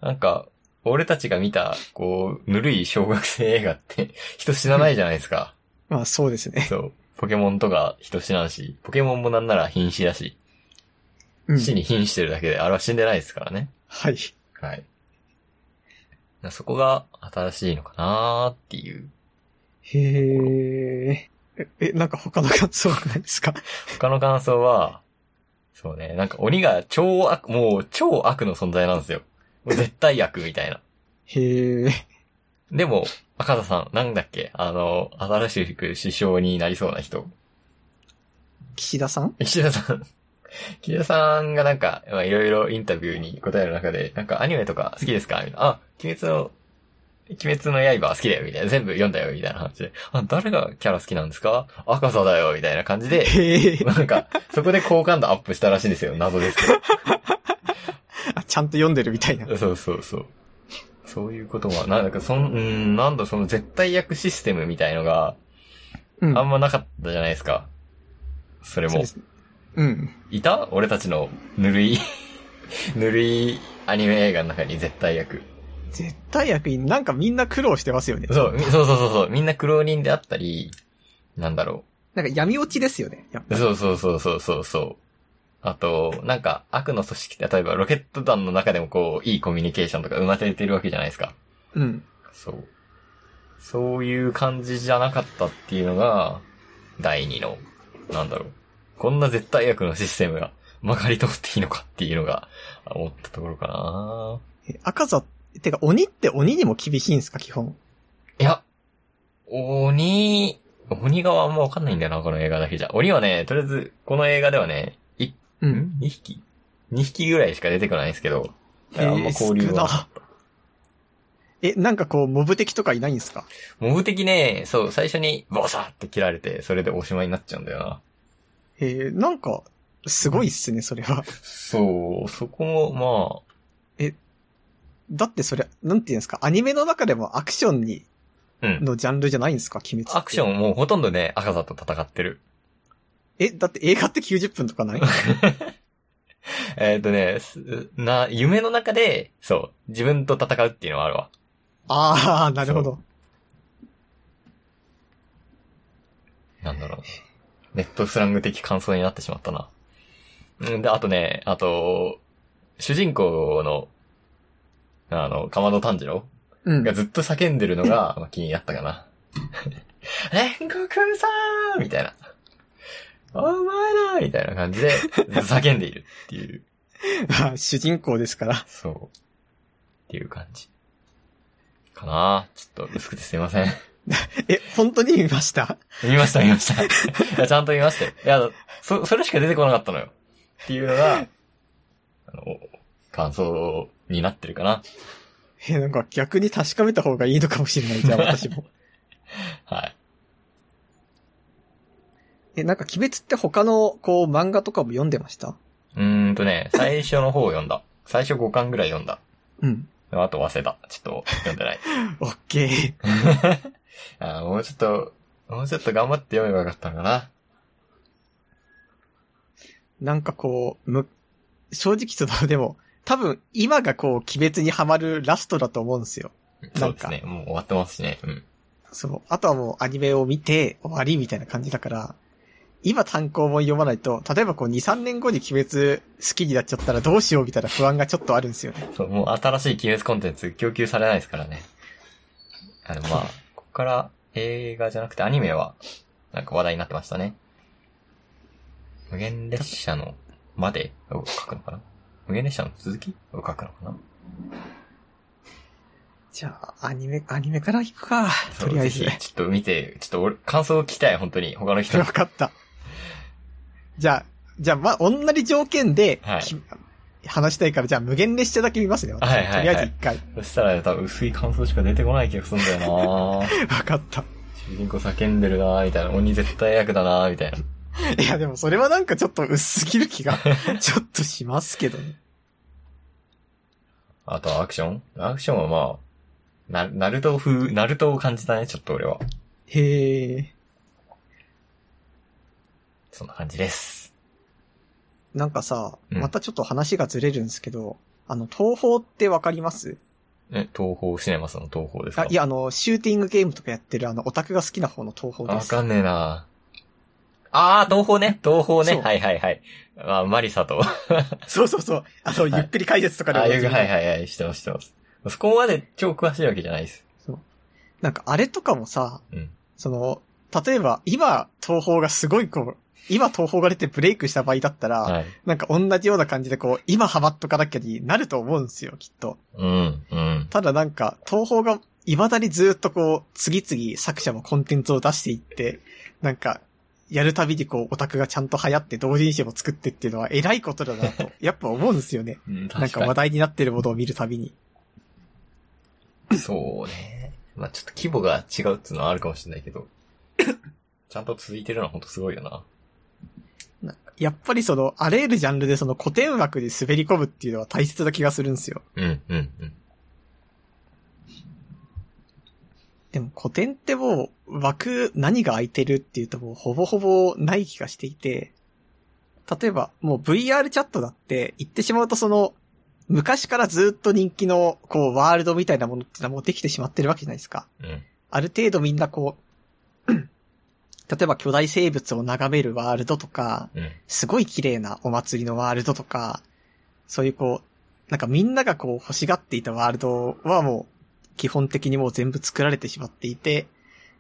なんか、俺たちが見た、こう、ぬるい小学生映画って 人死なないじゃないです か。
まあそうですね。
そう。ポケモンとか人死なんし、ポケモンもなんなら瀕死だし、
うん。
死に瀕してるだけで、あれは死んでないですからね。
はい。
はい。そこが新しいのかなーっていう。
へえ。ええ、なんか他の感想はないですか
他の感想は、そうね、なんか鬼が超悪、もう超悪の存在なんですよ。もう絶対悪みたいな。
へえ。
でも、赤田さん、なんだっけあの、新しく首相になりそうな人。
岸田さん
岸田さん。 岸田さんがなんか、まあいろいろインタビューに答える中で、なんかアニメとか好きですかみたいな。あ、鬼滅の、鬼滅の刃好きだよ、みたいな。全部読んだよ、みたいな話で。あ、誰がキャラ好きなんですか赤座だよ、みたいな感じで、
へえ。
なんか、そこで好感度アップしたらしいんですよ。謎ですけど。
あちゃんと読んでるみたいな。
そうそうそう。そういうことは、なんだか、そん、うーん、なんだ、その絶対役システムみたいのが、
うん。
あんまなかったじゃないですか。それ
そう
も
で。すうん。
いた俺たちのぬるい、 ぬるいアニメ映画の中に絶対役。
絶対役員、なんかみんな苦労してますよね。
そう、みそうそうそうそう。みんな苦労人であったり、なんだろ
なんか闇落ちですよね。やっ
う。
ぱ
そうそうそうそうそうそう。あと、なんか、悪の組織って、例えばロケット団の中でもこう、いいコミュニケーションとか生まれてるわけじゃないですか。
うん。
そう。そういう感じじゃなかったっていうのが、第二の、なんだろう。こんな絶対悪のシステムが曲がり通っていいのかっていうのが、あ思ったところかな
え赤座、てか鬼って鬼にも厳しいんですか、基本。
いや、鬼、鬼側はあんまわかんないんだよな、この映画だけじゃ。鬼はね、とりあえず、この映画ではね、い、
うんん。
?2 匹 ?2 匹ぐらいしか出てこないんですけど、い
へ
や
ー
あんま交流
少
は
な。え、なんかこう、モブ的とかいないんですか
モブ的ね、そう、最初に、ボサーって切られて、それでおしまいになっちゃうんだよな。
えー、なんか、すごいっすね、それは。
そう、そこも、
だってそれ、なんていうんですか、アニメの中でもアクションに、
まあ、うん。
のジャンルじゃないんですか、鬼滅って。
アクションもうほとんどね、赤座と戦ってる。
え、だって映画って90分と かない
えっ、とね、すな、夢の中で、そう、自分と戦うっていうのはあるわ。
ああ、なるほど。
なんだろう。ネットスラング的感想になってしまったな。うんで、あとね、あと、主人公の、あの、かまど炭治郎
うん。
がずっと叫んでるのが、まあ、気になったかな。 煉獄さんみたいな。お前らみたいな感じで、ずっと叫んでいるっていう。
主人公ですから。
そう。っていう感じ。かなちょっと薄くてすいま せん。
え、本当に見ました
見ました、見ました。いや、ちゃんと見ましたよ。いや、そ、それしか出てこなかったのよ。っていうのが、あの、感想になってるかな。
え、なんか逆に確かめた方がいいのかもしれない、じゃあ私 も。
はい。
え、なんか鬼滅って他の、こう、漫画とかも読んでました
うーんとね、最初の方を読んだ。最初5巻ぐらい読んだ。
うん。
あと忘れた。ちょっと読んでない。
オッケー。
あーもうちょっと、もうちょっと頑張って読めばよかったのかな。
なんかこう、む、正直その、でも、多分今がこう、鬼滅にハマるラストだと思うんですよ。
そうですね。もう終わってますしね。うん。
そう。あとはもうアニメを見て終わりみたいな感じだから、今単行本読まないと、例えばこう2、3年後に鬼滅好きになっちゃったらどうしようみたいな不安がちょっとあるんですよね。
そう、もう新しい鬼滅コンテンツ供給されないですからね。あの、ま あ、ここから映画じゃなくてアニメは、なんか話題になってましたね。無限列車のまでを書くのかな無限列車の続きを書くのかな
じゃあ、アニメ、アニメから行くか。
そ
と
う
りあえ
ぜ
ず。
ひちょっと見て、ちょっと俺、感想を聞きたい、本当に。他の人
わ
に。
かった。じゃあ、じゃあ、ま、同じ条件で、
はい
き話したいから、じゃあ無限列車だけ見ますね。私
はいはいはい
とりあえず一回。
そしたらね、多分薄い感想しか出てこない気がするんだよな
わかった。
主人公叫んでるなみたいな。鬼絶対役だなみたいな。
いや、でもそれはなんかちょっと薄すぎる気が、ちょっとしますけどね。
あとはアクションアクションはまあ、な、ナルト風、ナルトを感じたね、ちょっと俺は。
へえ。
そんな感じです。
なんかさ、
うん
またちょっと話がずれるんですけど、あの、東宝ってわかります
え、東方シネマスの東方ですか
あ、いや、あの、シューティングゲームとかやってる、あの、オタクが好きな方の東方
あ
で
わ
す。
かんねえなあー、東方ね。東方ね。
そう
はいはいはい。あ、マリサと。あ
そうそうそう。あの、
い
ゆっくり解説とかで
あ
おな
いう
じみ
はいはいはい。してますしてます。そこまで超詳しいわけじゃないです。
なんかあれとかもさ、
うん
その、例えば今、東宝がすごいこう、今東宝が出てブレイクした場合だったら、
はい。
なんか同じような感じでこう、今ハマっとかなきゃになると思うんですよ、きっと。
うん、うん。
ただなんか、東宝が未だにずっとこう、次々作者もコンテンツを出していって、なんか、やるたびにこう、オタクがちゃんと流行って同人誌も作ってっていうのは偉いことだな と、やっぱ思うんですよね。
うん
なん
確
か
か
話題になってるものを見るたびに。
に。そうね。まあちょっと規模が違うっつうのはあるかもしれない けど。ちゃんと続いてるのはほんとすごいよな。
なんかやっぱりその、あらゆるジャンルでその古典枠に滑り込むっていうのは大切な気がするんですよ。
うん、うん、うん。
でも古典ってもう、枠何が空いてるっていうともうほぼほぼない気がしていて、例えばもう VR チャットだって言ってしまうとその、昔からずっと人気のこうワールドみたいなものってのはもうできてしまってるわけじゃないですか。
うん、
ある程度みんなこ う、例えば巨大生物を眺めるワールドとか、
うん。
すごい綺麗なお祭りのワールドとか、そういうこう、なんかみんながこう欲しがっていたワールドはもう基本的にもう全部作られてしまっていて、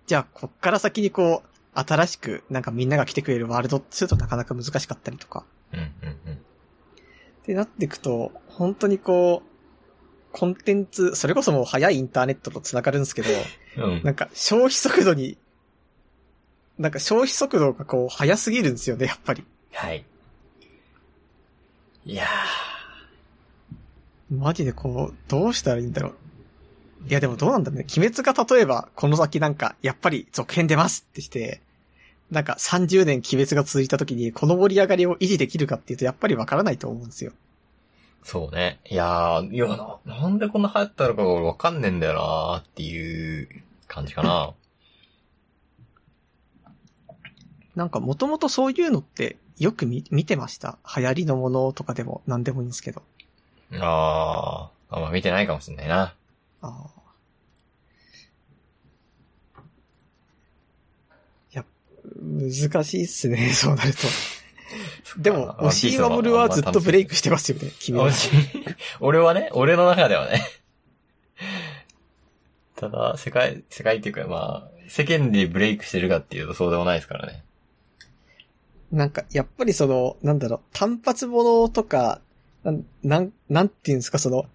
じゃあこっから先にこう、新しくなんかみんなが来てくれるワールドってするとなかなか難しかったりとか。
うん、うん、
ってなっていくと、本当にこう、コンテンツ、それこそもう早いインターネットと繋がるんですけど、
うん。うん
なんか消費速度に、なんか消費速度がこう早すぎるんですよね、やっぱり。
はい。いや
マジでこう、どうしたらいいんだろう。いやでもどうなんだろうね。鬼滅が例えば、この先なんか、やっぱり続編出ますってして、なんか30年鬼滅が続いた時に、この盛り上がりを維持できるかっていうと、やっぱりわからないと思うんですよ。
ーそうね。いやー、いやな、なんでこんな流行ったのか俺わかんねえんだよなーっていう感じかな。
なんかもともとそういうのって、よく見見てました。流行りのものとかでも何でもいいんですけど。
あー、あんま見てないかもしんないな。
ああ。いや、難しいっすね、 そうなると。でも、
あ
押井守はずっとブレイ。ク
ワン
してますよね、
ピース
君
はあん
は
ま楽。しみ俺はね、俺の中ではね。ただ、世界、世界っていうか、まあ、世間でブレイクしてるかっていうとそうでもないですからね。
なんか、やっぱりその、なんだろう、単発ものとか、なん、なん、なんていうんですか、その、思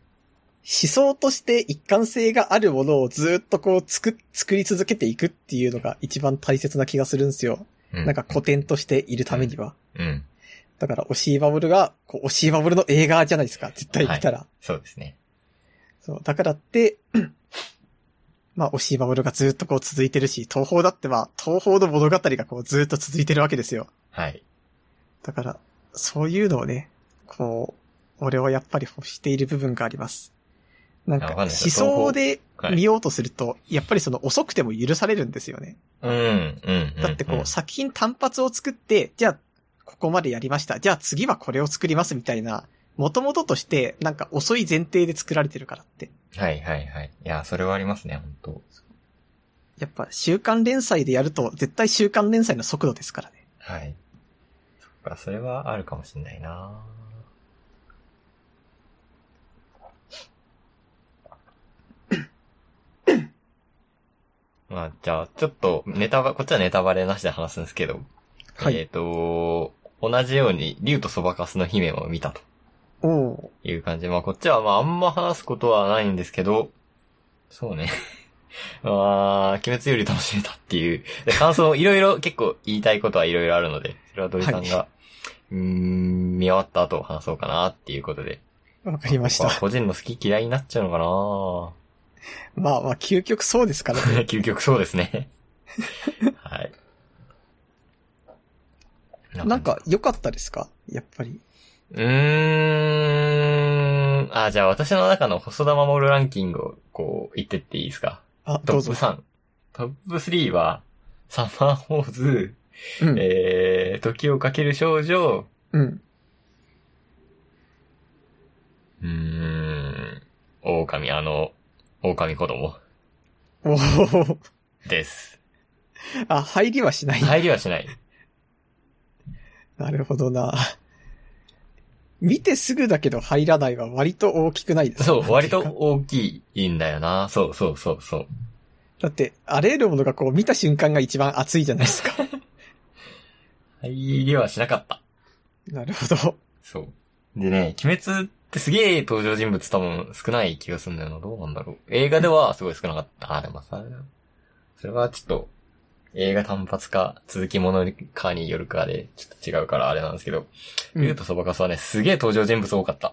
想として一貫性があるものをずっとこう、作、作り続けていくっていうのが一番大切な気がするんですよ。
う
なんか、古典としているためには。
うん。
だから、押しバブルが、こう、押しバブルの映画じゃないですか、絶対見たら。
そうですね。
そう、だからって、 まあ、押しバブルがずっとこう続いてるし、東宝だってまあ、東宝の物語がこうずっと続いてるわけですよ。
はい。
だから、そういうのをね、こう、俺はやっぱり欲している部分があります。なんか、
あわかんな
思
いですよ
想で
はい
見ようとすると、やっぱりその遅くても許されるんですよね。
うん、うん。ん
だってこ
ん
う、作品単発を作って、じゃあ、ここまでやりました。じゃあ次はこれを作りますみたいな、元々として、なんか遅い前提で作られてるからって。
はいはいはい。いや、それはありますね、本当
やっぱ、週刊連載でやると、絶対週刊連載の速度ですからね。
はい。そっか、それはあるかもしれないな まあ、じゃあ、ちょっと、ネタバ、こっちはネタバレなしで話すんですけど、
はい。
えっ、と、同じように、竜とそばかすの姫も見た
お
と
お
いう感じで、まあ、こっちはまあ、あんま話すことはないんですけど、そうね。 まあ、鬼滅より楽しめたっていう。で感想、いろいろ結構言いたいことはいろいろあるので、それは土井さんが、
は
うーん、見終わった後話そうかなっていうことで。
ー、わかりまし
まあ
た。
個人の好き嫌いになっちゃうのかな
まあまあ、究極そうですからね。
究極そうですね。 はい。
なんか良かったですかやっぱり。
うーん。あ、じゃあ私の中の細田守ランキングをこう言ってっていいですか
あ、
ト
どう
ップ
ぞ。
3。トップ3は、サマーホーズ、
うん。
えー、時をかける少女、
うん。
うーん、狼、あの、狼子供
おお。
です。
あ、入りはしない。
入りは しない。
なるほどな。見てすぐだけど入らないは割と大きくないですか
そう、割と。大きいんだよな。そうそうそうそう。
だって、あらゆるものがこう見た瞬間が一番熱いじゃないです か。
入りはしなかった。
なるほど。
そう。でね、鬼滅ってすげえ登場人物多分少ない気がするんだよな。どうなんだろう。映画ではすごい少なかった。あ、でもさ、それはちょっと、映画単発か、続きものかによるかで、ちょっと違うからあれなんですけど、
うん
竜とそばかすはね、すげえ登場人物多かった。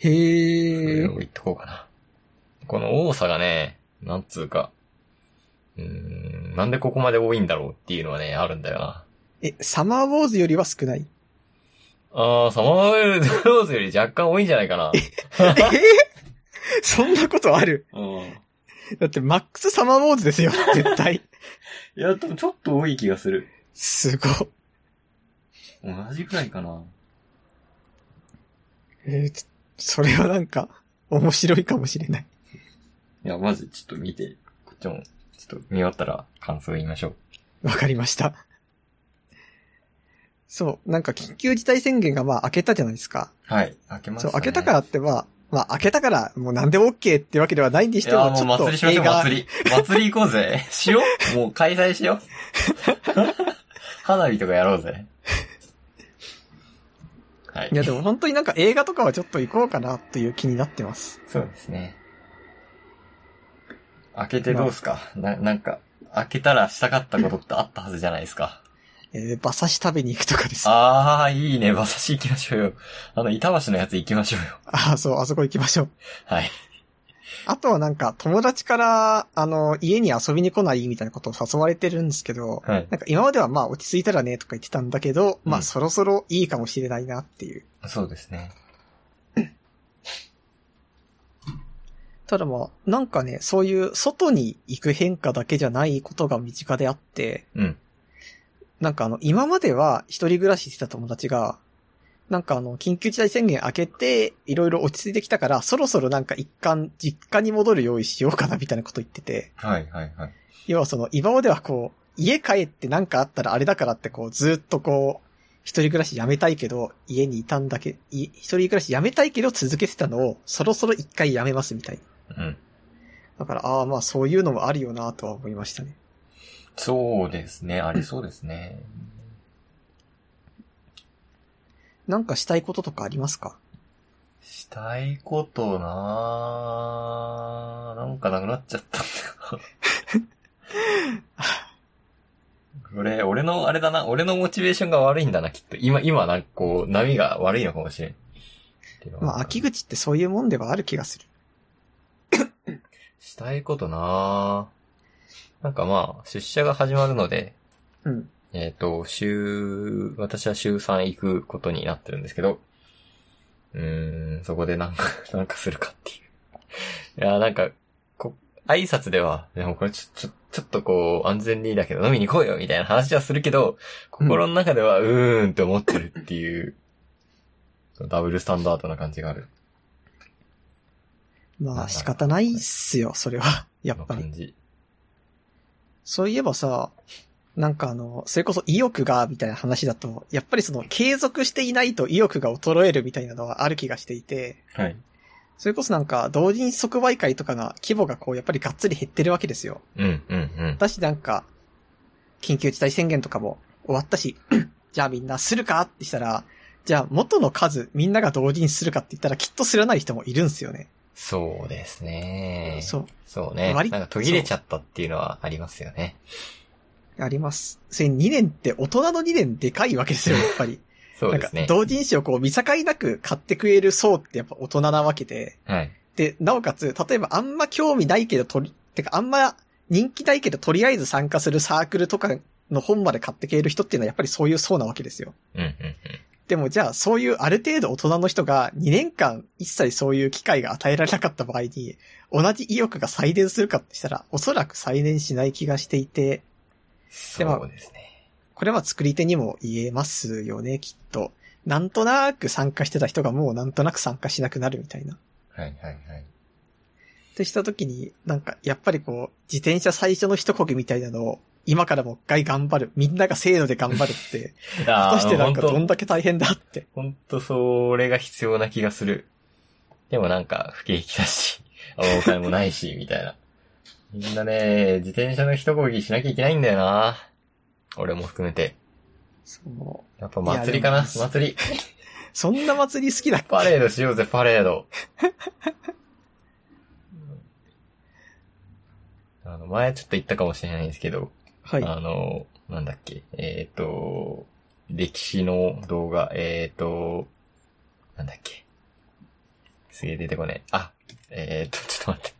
そ
へ
れ
え
を。言っとこうかな。この多さがね、なんつうか、うーん、なんでここまで多いんだろうっていうのはね、あるんだよな。
え、サマーウォーズよりは少 ない。
あー、サマーウェルローズより若干多いんじゃないかな。
えーそんなことある
うん。
だってマックスサマーウォーズですよ、絶対。
いや、でもちょっと多い気がする。
すごい。
同じくらいかな。
えーちょそれはなんか、面白いかもしれない。
いや、まずちょっと見て、こっちも、ちょっと見終わったら感想言いましょう。
わかりました。そう、なんか緊急事態宣言がまあ明けたじゃないですか。
はい。開けま
そう、明けたからってまあ、まあ明けたからもう何でも OK ってわけではないにしても、ちょっと映画、
り。祭り行こう ぜ。しようもう開催しよう。花火とかやろうぜ。はい
いやでも本当になんか映画とかはちょっと行こうかなという気になってます。
そうですね。開けてどうすか、な、なんか、開けたらしたかったことってあったはずじゃないですか。
えー、馬刺し食べに行くとかです。あ
あー、いいね。馬刺し行きましょうよ。あの、板橋のやつ行きましょうよ。
あー、そう、あそこ行きましょう。
はい。
あとはなんか友達から、あの、家に遊びに来ないみたいなことを誘われてるんですけど、
はい。
なんか今まではまあ落ち着いたらねとか言ってたんだけど、ま
う
あ
ん
そろそろいいかもしれないなっていう。
そうですね。
ただまあ、なんかね、そういう外に行く変化だけじゃないことが身近であって、
うん。
なんかあの、今までは一人暮らししてた友達が、なんかあの、緊急事態宣言明けて、いろいろ落ち着いてきたから、そろそろなんか一貫、実家に戻る用意しようかなみたいなこと言ってて、
はい、はい、はい。
要はその、今まではこう、家帰ってなんかあったらあれだからってこう、ずっとこう、一人暮らしやめたいけど、家にいたんだけ、い一人暮らしやめたいけど続けてたのを、そろそろ一回やめますみたいな。
うん。
だから、ああ、まあそういうのもあるよなとは思いましたね。
そうですね。ありそうですね。
なんかしたいこととかありますか
したいことなぁ。なんかなくなっちゃったんだよ。 これ、俺の、あれだな、俺のモチベーションが悪いんだな、きっと。今、今、なんかこう、波が悪いのかもしれん。っていうのが
まあ、秋口ってそういうもんではある気がする。
したいことなぁ。なんかまあ、出社が始まるので、
うん。
えっ、と、週、私は週3行くことになってるんですけど、うーん、そこでなんか、 なんかするかっていう。いやー、なんか、こ、挨拶では、でもこれちょ、ちょ、ちょっとこう、安全にだけど飲みに行こうよみたいな話はするけど、心の中では、うーんって思ってるっていう、ダブルスタンダードな感じがある。
まあ、仕方ないっすよ、それは。やっぱり。
感じ。
そういえばさ、なんかあの、それこそ意欲が、みたいな話だと、やっぱりその、継続していないと意欲が衰えるみたいなのはある気がしていて、
はい。
それこそなんか、同人即売会とかが、規模がこう、やっぱりがっつり減ってるわけですよ。
うん、うん、うん。
だしなんか、緊急事態宣言とかも終わったし、 じゃあみんなするかってしたら、じゃあ元の数みんなが同時にするかって言ったらきっとすらない人もいるんですよね。
そうですね。
そ
そうね。なん
割
か途切れちゃったっていうのはありますよね。
う、あります。それ2年って大人の2年でかいわけ ですよ、やっぱり。
そうです
なん
ね
か。同人誌をこう見境なく買ってくれる層ってやっぱ大人なわけで。
はい。
で、なおかつ、例えばあんま興味ないけどとり、てかあんま人気ないけどとりあえず参加するサークルとかの本まで買ってくれる人っていうのはやっぱりそういう層なわけですよ。
うん、うん、うん。
でもじゃあ、そういうある程度大人の人が2年間一切そういう機会が与えられなかった場合に、同じ意欲が再燃するかってしたら、おそらく再燃しない気がしていて、
そうですね。
これは作り手にも言えますよね、きっと。なんとなく参加してた人がもうなんとなく参加しなくなるみたいな。
はいはいはい。
ってした時に、なんか、やっぱりこう、自転車最初の一こぎみたいなのを、今からもう一回頑張る。みんなが精度で頑張るって、果
あ
たして
ー、
な
ほ
ん
ん
かどん
と、
だけ大変だって。
ほんとそれが必要な気がする。でもなんか、不景気だし、 あお金もないし、みたいな。みんなね、自転車の一こぎしなきゃいけないんだよな。俺も含めて。
そう。
やっぱ祭りかない
やでも
祭り。
そんな祭り好きだっけ
パレードしようぜ、パレード。 あの、前ちょっと言ったかもしれないんですけど、
はい。
あの、なんだっけ、えっ、と、歴史の動画、えっ、と、なんだっけ。すげえ出てこねえ。あ、えっ、と、 ちょっと待って。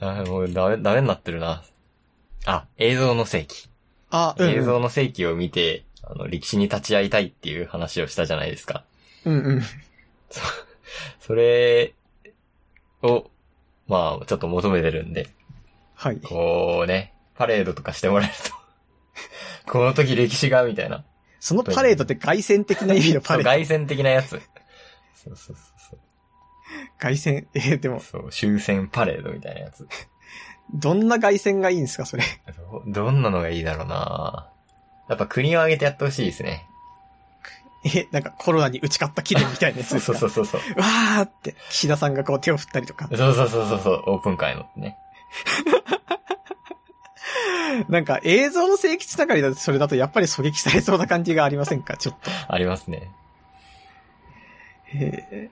あ、もうダメ、ダメになってるな。あ、映像の世紀。
あ、うん。
映像の世紀を見て、あの、歴史に立ち会いたいっていう話をしたじゃないですか。
うんうん。
そそれを、まあ、ちょっと求めてるんで、
はい。
こうね、パレードと かしてもらえると、この時歴史が、みたいな。
そのパレードって外線的な意味のパ
そう、
レー
外線的なやつ。そうそうそう
ド。外線。 えーで
そう。
も、
そう、終戦パレードみたいなやつ。
どんな外線がいいんですか、それ。
どどんなのがいいだろうなやっぱ国を挙げてやってほしいですね。
え、なんかコロナに打ち勝った記念みたいなやつ
そう
ですか
そうそうそうそう。
わーって、岸田さんがこう手を振ったりとか。
そうそうそうそうそう、オープン会のね。
なんか映像の正規地中にだとそれだとやっぱり狙撃されそうな感じがありませんかちょっと。
ありますね。
へえ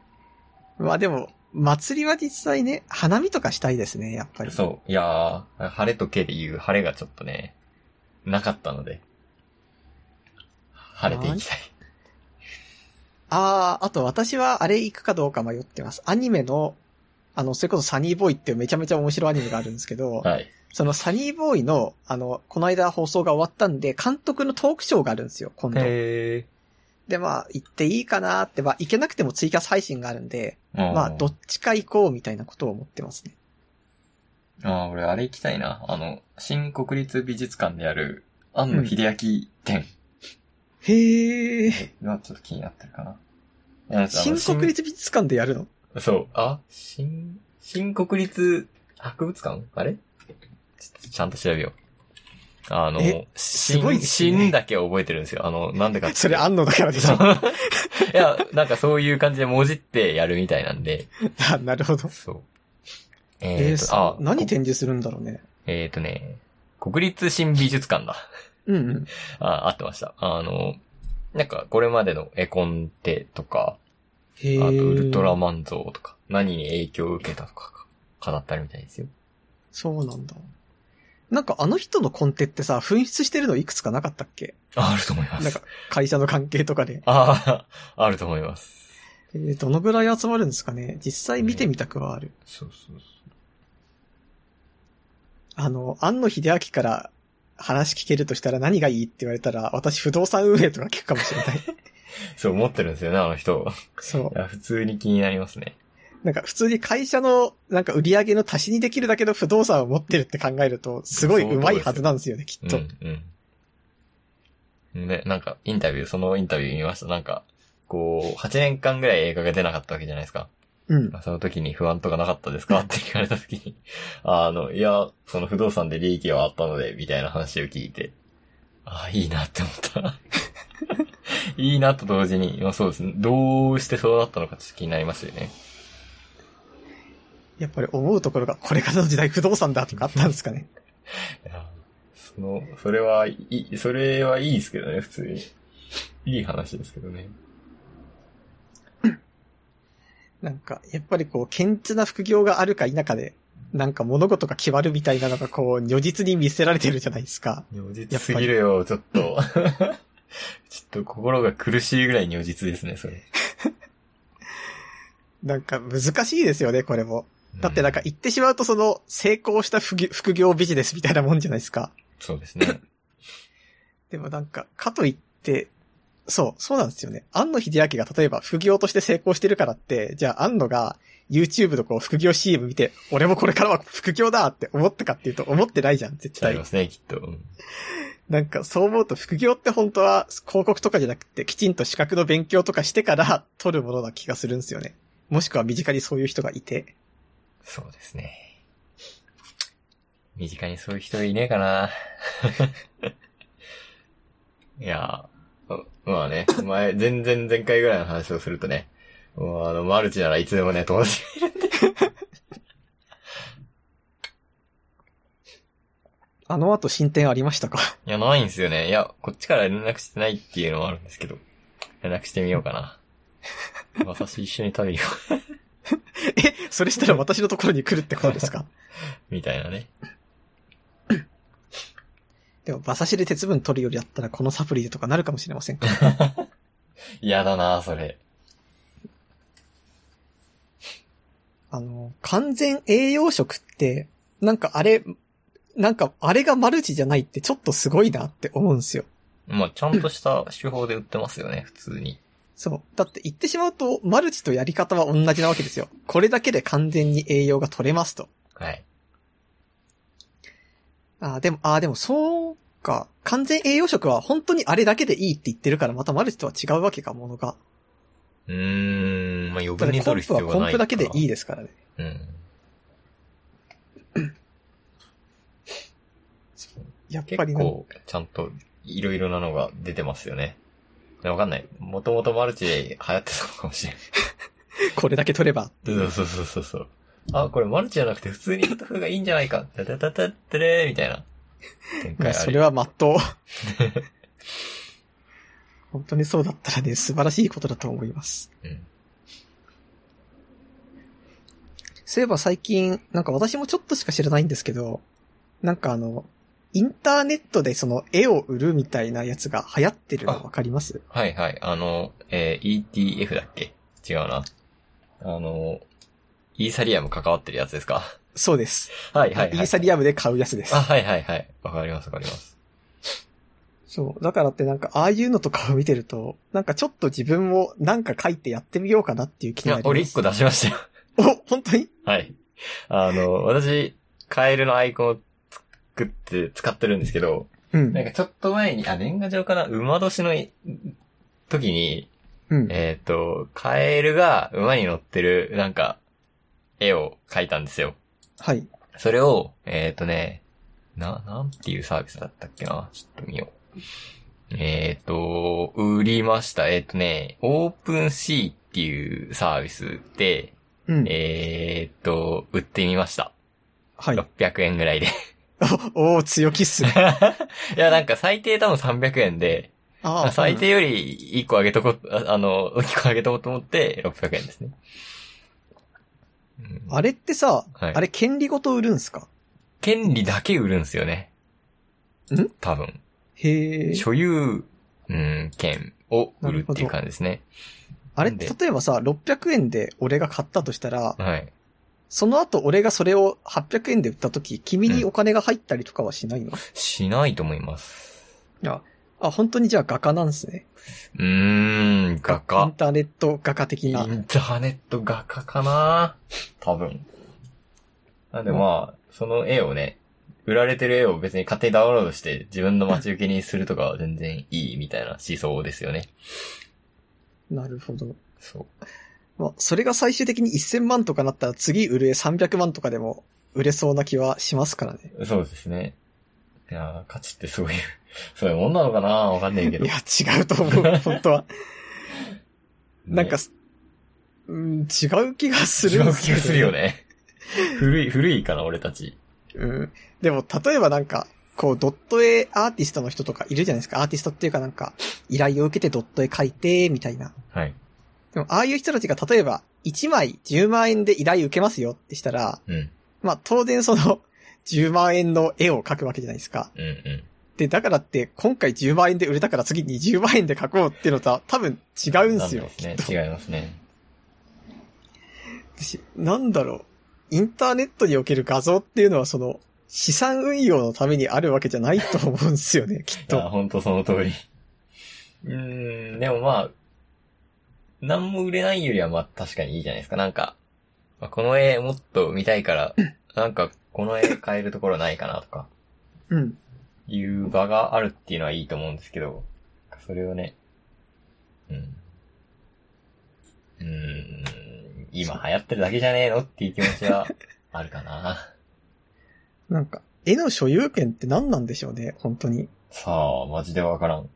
まあでも、祭りは実際ね、花見とかしたいですね、やっぱり。
そう。いやー、晴れとけで言う晴れがちょっとね、なかったので、晴れていきたい。
ああ、あと私はあれ行くかどうか迷ってます。アニメの、あの、それこそサニーボーイっていうめちゃめちゃ面白いアニメがあるんですけど、
はい。
そのサニーボーイの、あの、この間放送が終わったんで、監督のトークショーがあるんですよ、今度。
へ
で、まあ、行っていいかなって、まあ、行けなくてもツイキャス配信があるんで、
ー。
まあ、どっちか行こうみたいなことを思ってますね。
ああ、俺あれ行きたいな。あの、新国立美術館である、庵野秀明展
へえ。
がちょっと気になってるかな。
新国立美術館でや るの
立そう。あ、新、新国立博物館あれちょちゃんと調べよう。あの
え、
す
ごいですね
だけ覚えてるんですよ。あの、なんでかっていうと。
それ、安野だからでし
そ
ょ
う。 いや、なんかそういう感じで文字ってやるみたいなんで。
あなるほど。
そう。
えー
えーと、
そう
あ、
何
こ
展示するんだろうね。
えっ、とね、国立新美術館だ。
うんうん。
あ、合ってました。あの、なんかこれまでの絵コンテとか、
へ
あ
え。
とウルトラマン像とか、何に影響を受けたとか、語ったみたいですよ。
そうなんだ。なんかあの人のコンテってさ、紛失してるのいくつかなかったっけ
あ、あると思いま
なん
す
か。会社の関係とかで。
ああ、あると思います。
えーどのぐらい集まるんですかね実際見てみたくはある。
そうそうそう。
あの、安野秀明から話聞けるとしたら何がいいって言われたら、私不動産運営とか聞くかもしれない。
そう思ってるんですよね、あの人。
そう
い。や、普通に気になりますね。
なんか普通に会社のなんか売り上げの足しにできるだけの不動産を持ってるって考えると、すごい上手いはずなんですよね、きっ
う
と。
ん、うん。で、なんか、インタビュー、そのインタビュー見ました。なんか、こう、8年間ぐらい映画が出なかったわけじゃないですか。
うん。
その時に不安とかなかったですかって聞かれた時に、 あの、いや、その不動産で利益はあったので、みたいな話を聞いて、ああ、いいなって思った。 いいなと同時に、まあそうですね。どうしてそうなったのかちょっと気になりますよね。
やっぱり思うところが、これからの時代不動産だとかあったんですかね。
いやその、それはいい、それはいいですけどね、普通に。いい話ですけどね。
なんか、やっぱりこう、堅実な副業があるか否かで、なんか物事が決まるみたいなのがこう、如実に見せられてるじゃないですか。
如実すぎるよ、ちょっと。 ちょっと心が苦しいぐらい如実ですね、それ。
なんか難しいですよね、これも。だってなんか
う
言ってしまうとその、成功した副業副業ビジネスみたいなもんじゃないですか。
そうですね。
でもなんか、かといって、そう、そうなんですよね。安野秀明が例えば副業として成功してるからって、じゃあ安野が YouTube のこう副業 CM 見て、俺もこれからは副業だって思ったかっていうと思ってないじゃん、絶
あり
対
ま。すね、きっと。うん
なんかそう思うと副業って本当は広告とかじゃなくてきちんと資格の勉強とかしてから取るものな気がするんですよね。もしくは身近にそういう人がいて。
そうですね。身近にそういう人いねえかな。 いやー、うまあね、前、全然前回ぐらいの話をするとね、もうあの、マルチならいつでもね、友達がいるんで。
あの後進展ありましたか
いや、ないんですよね。いや、こっちから連絡してないっていうのもあるんですけど、連絡してみようかな。私一緒に食べよう。
え、それしたら私のところに来るってことですか
みたいなね。
でも、馬刺しで鉄分取るよりだったらこのサプリでとかなるかもしれませんか
嫌だなそれ。
あの、完全栄養食って、なんかあれ、なんかあれがマルチじゃないってちょっとすごいなって思うんですよ。
まあ、ちゃんとした手法で売ってますよね、普通に。
そう。だって言ってしまうと、マルチとやり方は同じなわけですよ。これだけで完全に栄養が取れますと。
はい。
あーでも、あーでもそうか。完全栄養食は本当にあれだけでいいって言ってるから、またマルチとは違うわけか、ものが。
うーん、まあ、余
だ
分
って
に
コ
取
ンプ
る必
は
要が
コ
な
ン
い
プ
から。
だけでいいですからね。
うん。
やっぱ
結
りね。
構、ちゃんと、いろいろなのが出てますよね。わかんない。もともとマルチで流行ってたのかもしれ
これだけ取れば。
ない。そうそうそうそうそう。あ、これマルチじゃなくて普通にやった方がいいんじゃないか。タタタタってれーみたいな。展
も
開
う
あ
そ
る
れ
よ。
はまっ とう。本当にそうだったらね、素晴らしいことだと思います。
うん。
そういえば最近、なんか私もちょっとしか知らないんですけど、なんかあの、インターネットでその絵を売るみたいなやつが流行ってるのわかります
はいはい。あの、えー ETF だっけ違うな。あの、イーサリアム関わってるやつですか
そうです。
はいはいはい。
イーサリアムで買うやつです
あ、。はいはいはい。わかりますわかります。
そう。だからってなんか、ああいうのとかを見てると、なんかちょっと自分もなんか書いてやってみようかなっていう気
い
にな
や
り、ます。
俺一個出しましたよ。
お、本当に
はい。あの、私、カエルのアイコンを作って、使ってるんですけど、
うん
なん。かちょっと前に、あ、年賀状かな馬年のい時に、
うん。
えっ、と、カエルが馬に乗ってる、なんか、絵を描いたんですよ。
はい。
それを、えっ、とね、な、なんていうサービスだったっけなちょっと見よう。えっ、と、売りました。えっ、とね、オープンシーっていうサービスで、
うん。
えっ、と、売ってみました。
はい。
600円ぐらいで。
おおー強気っすね。
いや、なんか最低多分300円で、
あ
ま
あ。
あ最低より1個上げとこ、ああの、1個上げとこうと思って600円ですね。うん
あれってさ、
はい
あれ権利ごと売るんすか
権利だけ売るんですよね。
ん
多分。
へえ。
所有、うん、権を売るっていう感じですね。
あれ
なん
例
で
えばさ、600円で俺が買ったとしたら、
はい。
その後俺がそれを800円で売った時、君にお金が入ったりとかはしないの、
しないと思います。
あ、本当にじゃあ画家なんですね。
うーん、画
イン
家。
ターネット画家的
イ
な。
ンターネット画家かな多分。なんでまあ、その絵をね、売られてる絵を別に勝手にダウンロードして自分の待ち受けにするとかは全然いいみたいな思想ですよね。
なるほど。
そう。
まあ、それが最終的に1000万とかなったら次売る絵300万とかでも売れそうな気はしますからね。
そうですね。いやー価値ってそういう、 そういうもんなのかなわかんないけ
い
ど。
や、違うと思 う、本当は。
ね
なんか、うん、違う気がする
違
んで
う
す
気
けど
がするよ。ね。古い、古いかな、俺たち。
うん。でも、例えばなんか、こう、ドット絵アーティストの人とかいるじゃないですか。アーティストっていうかなんか、依頼を受けてドット絵描いて、みたいな。
はい。
でも、ああいう人たちが例えば、1枚10万円で依頼受けますよってしたら、
うん。うん
まあ、当然その、10万 円の絵を描くわけじゃないですか。
うん。
で、だからって、今回10万円で売れたから次20万円で書こうっていうのとは多分違うんすよ。
なんですね。違いますね。
私なんだろう。インターネットにおける画像っていうのはその、資産運用のためにあるわけじゃないと思うんですよ ね、きっ
いや、
と。
ほんとその通り。うーん、でもまあ、何も売れないよりはまあ確かにいいじゃないですか。なんか、まあこの絵もっと見たい から、なんかこの絵買えるところないかなとか、
うん。
いう場があるっていうのはいいと思うんですけど、それをね、うん。うーん、 今流行ってるだけじゃねえのっていう気持ちはあるかな。
なんか、絵の所有権って何なんでしょうね、本当に。
さあ、マジでわからん。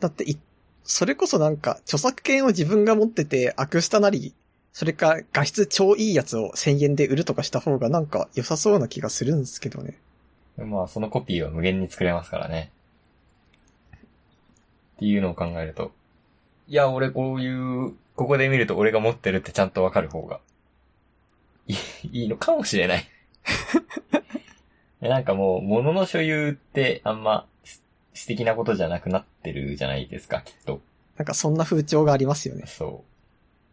だってい、それこそなんか、著作権を自分が持ってて、アクスタなり、それか画質超いいやつを1000円で売るとかした方がなんか良さそうな気がするんですけどね。
まあ、そのコピーは無限に作れますからね。っていうのを考えると。いや、俺こういう、ここで見ると俺が持ってるってちゃんとわかる方が、いいいのかもしれない。なんかもう、物の所有ってあんま素素敵なことじゃなくなってるじゃないですか、きっと。
なんかそんな風潮がありますよね。
そ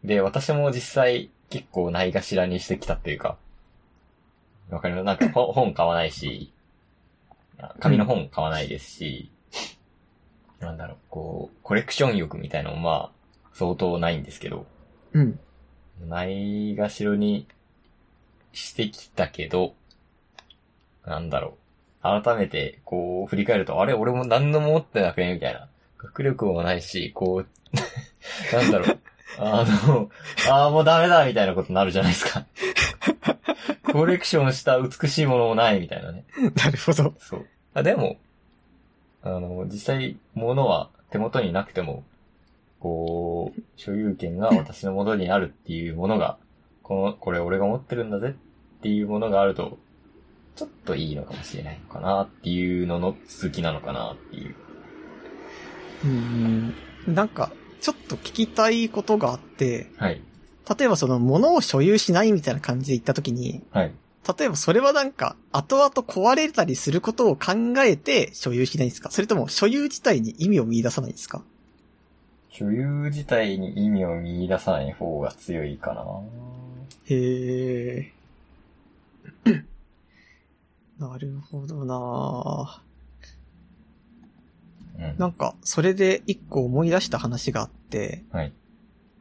う。で、私も実際結構ないがしらにしてきたっていうか、わかりますなんかほ本買わないし、あ紙の本買わないですし、なんだろう、こう、コレクション欲みたいなのもまあ、相当ないんですけど、
うん。
ないがしろにしてきたけど、なんだろう。改めて、こう、振り返ると、あれ、俺も何のも持ってなくねみたいな。学力もないし、こう、 なんだろう。あの、ああ、もうダメだみたいなことになるじゃないですか。コレクションした美しいものもないみたいなね。
なるほど。
そう。あ、でも、あの、実際、物は手元になくても、こう、所有権 が私のものにあるっていうものが、この、これ俺が持ってるんだぜっていうものがあると、ちょっといいのかもしれないのかなっていうのの続きなのかなっていう。
うん。なんか、ちょっと聞きたいことがあって、
はい。
例えばその物を所有しないみたいな感じで言った時に、
はい。
例えばそれはなんか、後々壊れたりすることを考えて所有しないんですかそれとも所有自体に意味を見出さないんですか
所有自体に意味を見出さない方が強いかな
へえ。 なるほどな
うん。
なんか、それで一個思い出した話があって、
はい。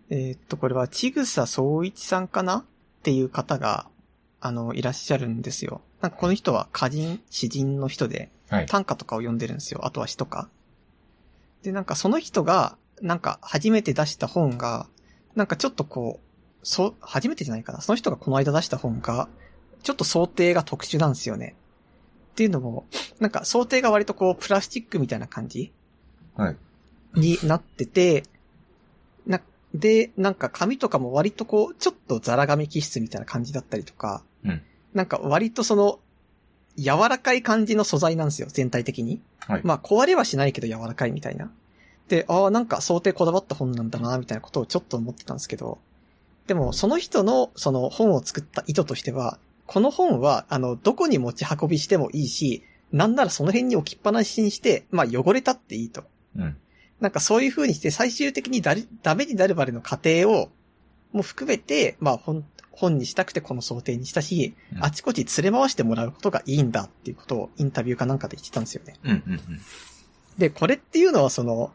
えーっと、これはちぐさそういちさんかなっていう方が、あの、いらっしゃるんですよ。なんかこの人は歌人、詩人の人で、
はい。
短歌とかを読んでるんですよ。あとは詩とか。で、なんかその人が、なんか初めて出した本が、なんかちょっとこう、そう、初めてじゃないかな。その人がこの間出した本が、ちょっと想定が特殊なんですよね。っていうのも、なんか想定が割とこう、プラスチックみたいな感じ
はい。
になってて、な、で、なんか紙とかも割とこう、ちょっとザラ紙気質みたいな感じだったりとか、
うん
なんか割とその、柔らかい感じの素材なんですよ、全体的に。
はい
まあ壊れはしないけど柔らかいみたいな。で、ああ、なんか想定こだわった本なんだな、みたいなことをちょっと思ってたんですけど、でもその人のその本を作った意図としては、この本は、あの、どこに持ち運びしてもいいし、なんならその辺に置きっぱなしにして、まあ汚れたっていいと。
うん。
なんかそういう風にして最終的にだりダメになるまでの過程をも含めて、まあ本、本にしたくてこの想定にしたし、
うん
あちこち連れ回してもらうことがいいんだっていうことをインタビューかなんかで言ってたんですよね。
うんうんうん。
で、これっていうのはその、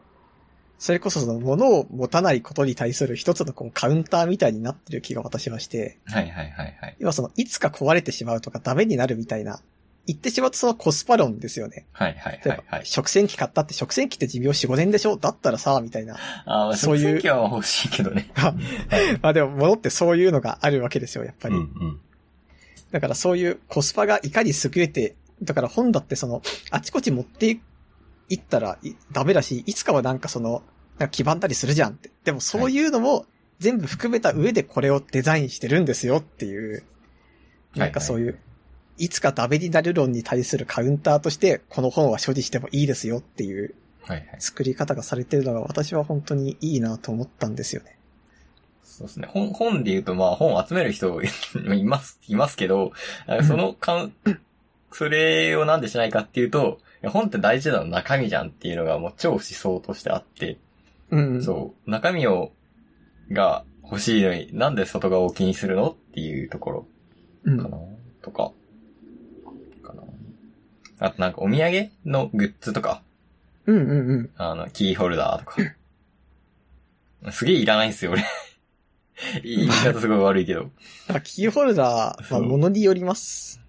それこそその物を持たないことに対する一つのこうカウンターみたいになってる気が私はして、
はいはいはいはい。
要はそのいつか壊れてしまうとかダメになるみたいな、言ってしまうとそのコスパ論ですよね。
はいはい
例
は
え
い
ば、
はい。
食洗機買ったって食洗機って寿命4、5年でしょだったらさ、みたいな。
ああ、
そ
そうう
いう
いう。 は欲しいけどね。
まあでも物ってそういうのがあるわけですよ、やっぱり。
ん。
だからそういうコスパがいかに優れて、だから本だってその、あちこち持っていったらいダメだし、いつかはなんかその、なんか黄ばんだりするじゃんって。でもそういうのも全部含めた上でこれをデザインしてるんですよっていう、なんかそういう、いつかダメになる論に対するカウンターとして、この本は所持してもいいですよっていう
はいはい。
作り方がされてるのが私は本当にいいなと思ったんですよね。
そうですね。本、本で言うと、まあ、本を集める人 います、いますけど、あそのかん、それをなんでしないかっていうと、いや本って大事なの中身じゃんっていうのがもう超思想としてあって、
うん。
そう、中身を、が欲しいのに、なんで外側を気にするのっていうところ。
うん。
かなとか。かなあとなんかお土産のグッズとか、
うんうんうん。
あの、キーホルダーとか。すげえいらないんです よ、俺。言い方すごい悪いけど。
まあ、キーホルダーはものによります。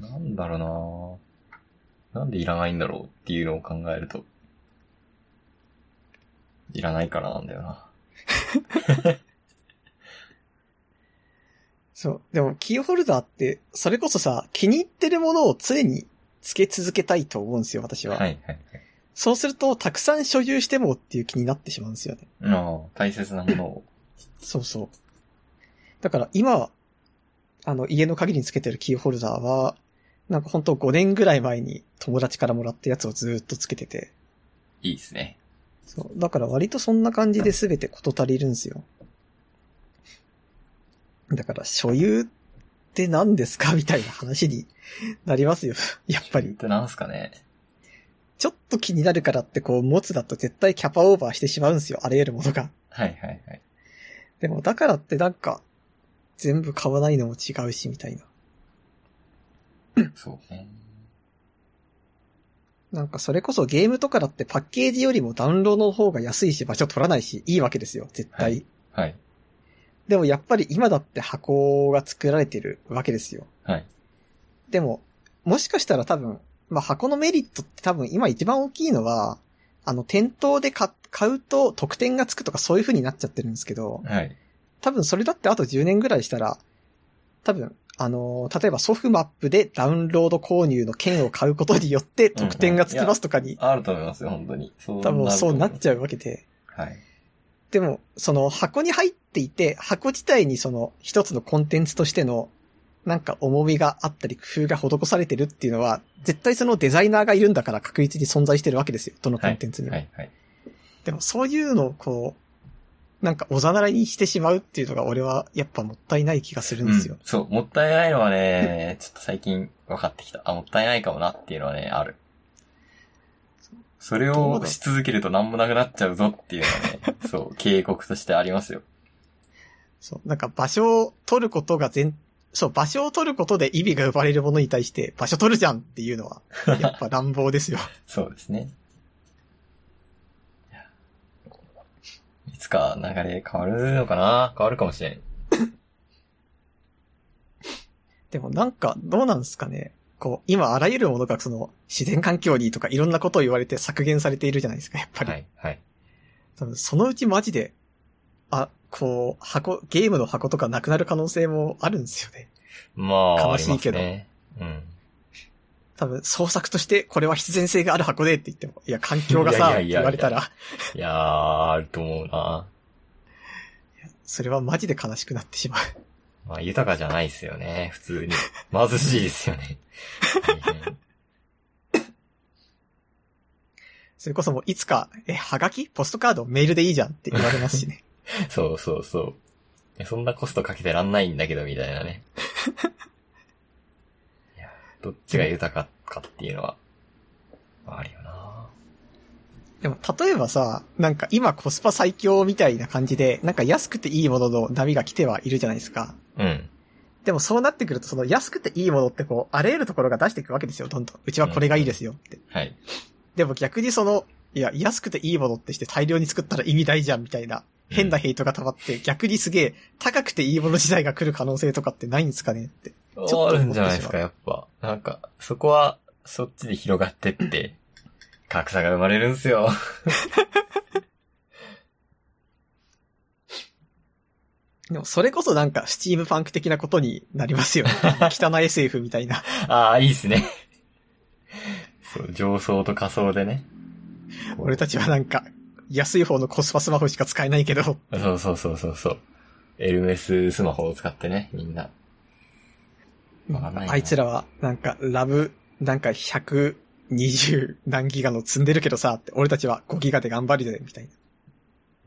なんだろうななんでいらないんだろうっていうのを考えると。いらないからなんだよな。
そう。でも、キーホルダーって、それこそさ、気に入ってるものを常に付け続けたいと思うんですよ、私は。
はいはい。
そうすると、たくさん所有してもっていう気になってしまうんですよね。
の大切なものを。
そうそう。だから、今、あの、家の鍵につけてるキーホルダーは、なんかほんと5年ぐらい前に友達からもらったやつをずーっとつけてて。
いいですね。
そう。だから割とそんな感じで全て事足りるんですよ。だから、所有って何ですかみたいな話になりますよ。 やっぱり
っ。てなんすかね。
ちょっと気になるからってこう持つだと絶対キャパオーバーしてしまうんですよ。あらゆるものが。
はいはいはい。
でもだからってなんか、全部買わないのも違うし、みたいな。
そうね。
なんかそれこそゲームとかだってパッケージよりもダウンロードの方が安いし場所取らないし、いいわけですよ。絶対。
はいはい。
でもやっぱり今だって箱が作られてるわけですよ。
はい。
でも、もしかしたら多分、まあ、箱のメリットって多分今一番大きいのは、あの、店頭で買買うと特典がつくとかそういう風になっちゃってるんですけど、
はい。
多分それだってあと10年ぐらいしたら、多分、あのー例えばソフマップでダウンロード購入の券を買うことによって特典がつきますとかに、
あると思いますよ、本当に。そう
多分そうなっち
ゃ
ゃうわけで。
う。はい。
でも、その箱に入っていて、箱自体にその一つのコンテンツとしての、なんか重みがあったり工夫が施されてるっていうのは、絶対そのデザイナーがいるんだから確実に存在してるわけですよ。どのコンテンツにも。
はいはい。
でもそういうのをこう、なんかおざならにしてしまうっていうのが俺はやっぱもったいない気がするんですよ。
うんそう、もったいないの はね、ちょっと最近分かってきた。あ、もったいないかもなっていうのはね、ある。それ
どう
を
だ
し続けると何もなくなっちゃうぞっていうのは ね、そう、警告としてありますよ。
そう。なんか場所を取ることが全、そう、場所を取ることで意味が生まれるものに対して場所取るじゃんっていうのは、やっぱ乱暴ですよ。
そうですね。いやいつか流れ変わるのかな変わるかもしれん。
でもなんか、どうなんですかね。こう、今あらゆるものがその、自然環境にいいとかいろんなことを言われて削減されているじゃないですか、やっぱり。
はい、はい。
多分そのうちマジで、あ、こう、箱、ゲームの箱とかなくなる可能性もあるんですよね。
まあ、
悲しいけど
ありますね。
多分、創作として、これは必然性がある箱でって言っても、いや、環境がさ、っ
い
て
やいや
言
いやいや
われたら、
うん。いやー、あると思うな。
それはマジで悲しくなってしまう。
まあ、豊かじゃないですよね、普通に。貧しいです よね。大変
それこそもう、いつか、え、はがきポストカードメールでいいじゃんって言われますしね。
そうそうそういや。そんなコストかけてらんないんだけど、みたいな ね。いや、どっちが豊かかっていうのは、まあ、あるよな。
でも、例えばさ、なんか今コスパ最強みたいな感じで、なんか安くていいものの波が来てはいるじゃないですか。
うん。
でもそうなってくると、その安くていいものってこう、あらゆるところが出していくわけですよ、どんどん。うちはこれがいいですよって。
はい。
でも逆にその、いや、安くていいものってして大量に作ったら意味ないじゃんみたいな、変なヘイトが溜まって、逆にすげえ、高くていいもの自体が来る可能性とかってないんですかねって。ょっと
あるんじゃないですか、やっぱ。なんか、そこは、そっちで広がってって、格差が生まれるんすよ。
でもそれこそなんか、スチームパンク的なことになりますよ。汚い SF みたいな。
ああ、いいっすね。そう、上層と仮想でね。
俺たちはなんか、安い方のコスパスマホしか使えないけど、
そうそうそうそうそう。エルメススマホを使ってね、みんな。わかんないな
あいつらは、なんか、ラブ、なんか120何ギガの積んでるけどさ、って俺たちは5ギガで頑張るぜ、みたい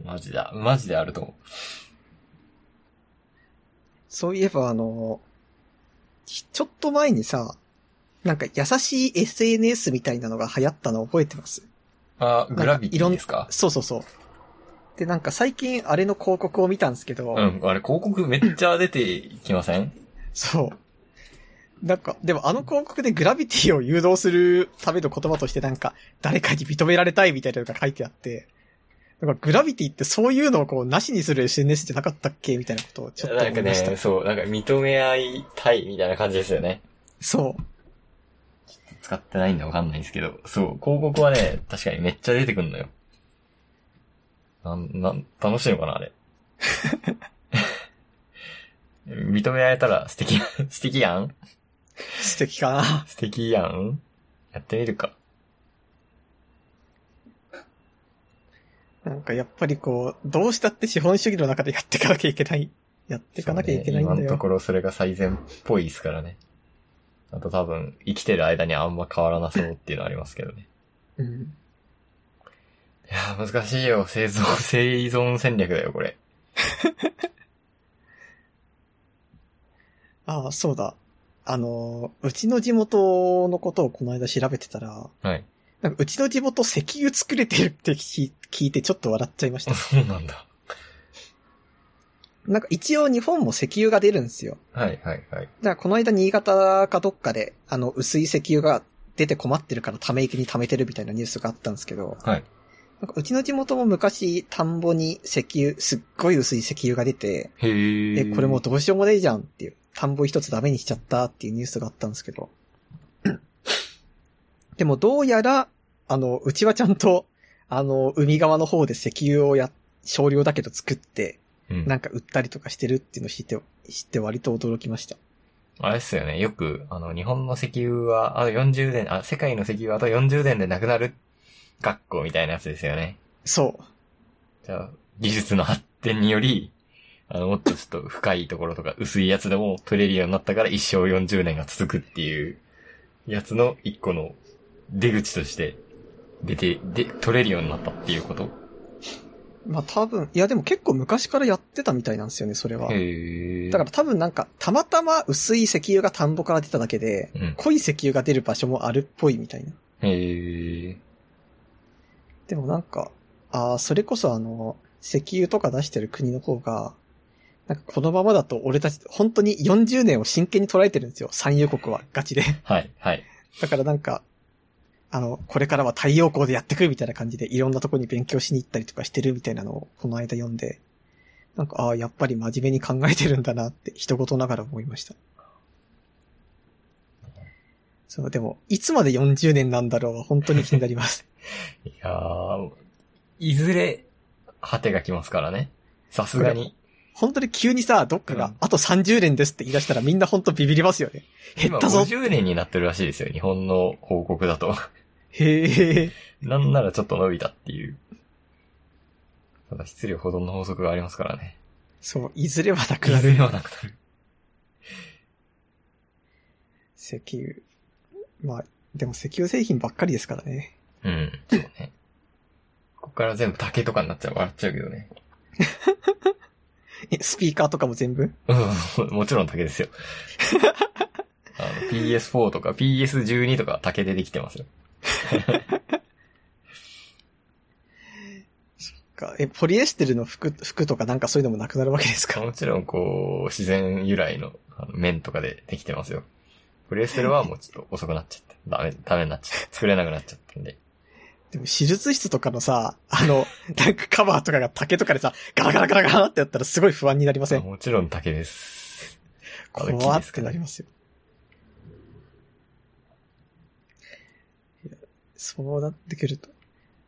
な。
マジだ。マジであると思
そういえば、あの、ちちょっと前にさ、なんか優しい SNS みたいなのが流行ったの覚えてます
う。あ、
ん
グラビティですか
そうそうそう。で、なんか最近あれの広告を見たんですけど、
うん、あれ広告めっちゃ出てきません
そう。なんか、でもあの広告でグラビティを誘導するための言葉としてなんか、誰かに認められたいみたいなのが書いてあって、なんかグラビティってそういうのをこう、なしにする SNS じゃなかったっけみたいなことをちょっと
なん
思
か
いました。
ね、そう、なんか認め合いたいみたいな感じですよね。
そう。
使ってないんでわかんないんですけど、そう、広告はね、確かにめっちゃ出てくんのよ。なん、なん、楽しいのかな、あれ。 認められたら素敵、素敵やん
素敵かな。
素敵やんやってみるか。
なんかやっぱりこう、どうしたって資本主義の中でやっていかなきゃいけない。やっていかなきゃいけないん
そ
だ
うね今のとこ
よ。
ろそれが最善っぽいですからね。あと多分、生きてる間にあんま変わらなそうっていうのはありますけ どね。
うん。
いやー、難しいよ。生存、生依存戦略だよ、これ。
ああ、そうだ。あのー、うちの地元のことをこの間調べてたら、
はい。
なんかうちの地元石油作れてるって聞聞いてちょっと笑っちゃい ました。
そうなんだ。
なんか一応日本も石油が出るんですよ。
はい、はい、
だ
はい。
からこの間新潟かどっかで、あの、薄い石油が出て困ってるからため池に溜めてるみたいなニュースがあったんですけど、
はい。
なんかうちの地元も昔田んぼに石油、すっごい薄い石油が出て、
へ
え、
ー
これもうどうしようもねえじゃんっていう、田んぼ一つダメにしちゃったっていうニュースがあったんですけど。 でもどうやら、あの、うちはちゃんと、あの、海側の方で石油をや、少量だけど作って、
うん、
なんか売ったりとかしてるっていうのを知って、知って割と驚きました。
あれっすよね。よく、あの、日本の石油は、あと40年、あ、世界の石油はあと40年でなくなる、学校みたいなやつですよね。
そう。
じゃあ、技術の発展により、あの、もっとちょっと深いところとか薄いやつでも取れるようになったから一生40年が続くっていう、やつの一個の出口として、出て、で、取れるようになったっていうこと。
まあ多分、いやでも結構昔からやってたみたいなんですよね、それは。
へ
だから多分なんか、たまたま薄い石油が田んぼから出ただけで、
ら、うん。
濃い石油が出る場所もあるっぽいみたいな。
へえ。
でもなんか、ああ、それこそあの、石油とか出してる国の方が、なんかこのままだと俺たち、本当に40年を真剣に捉えてるんですよ。産油国はガチで。
はい、はい。
だからなんか、あの、これからは太陽光でやってくるみたいな感じで、いろんなとこに勉強しに行ったりとかしてるみたいなのを、この間読んで、なんか、ああ、やっぱり真面目に考えてるんだなって、一言ながら思いました。そう、でも、いつまで40年なんだろうは本当に気になります。
いやー、いずれ、果てが来ますからね。さすがに。
本当に急にさ、どっかが、
うん
あと30年ですって言い出したらみんな本当ビビりますよね。減
今
ったぞ。
50年になってるらしいですよ、日本の報告だと。
へえ。
なんならちょっと伸びたっていう。ただ質量保存の法則がありますからね。
そう、いずれはなく
い
な
ず
る。
れはなくなる。
石油。まあ、でも石油製品ばっかりですからね。
うん、そうね。ここから全部竹とかになっちゃう、笑っちゃうけどね。
え、スピーカーとかも全部
うんもちろん竹 ですよ。あの PS4 とか PS12 とか竹でできてますよ。
かえ、ポリエステルの服、服とかなんかそういうのもなくなるわけですか
もちろん、こう、自然由来のあの面とかでできてますよ。プレステルはもうちょっと遅くなっちゃって、ダメ、ダメになっちゃって、作れなくなっちゃったんで。
でも手術室とかのさ、あの、なんかカバーとかが竹とかでさ、ガラガラガラガラってやったらすごい不安になりませ
あ
ん
もちろん竹です。あの
怖
木
っ
です
て
か
な
ら
りますよ。いやそうなってくると。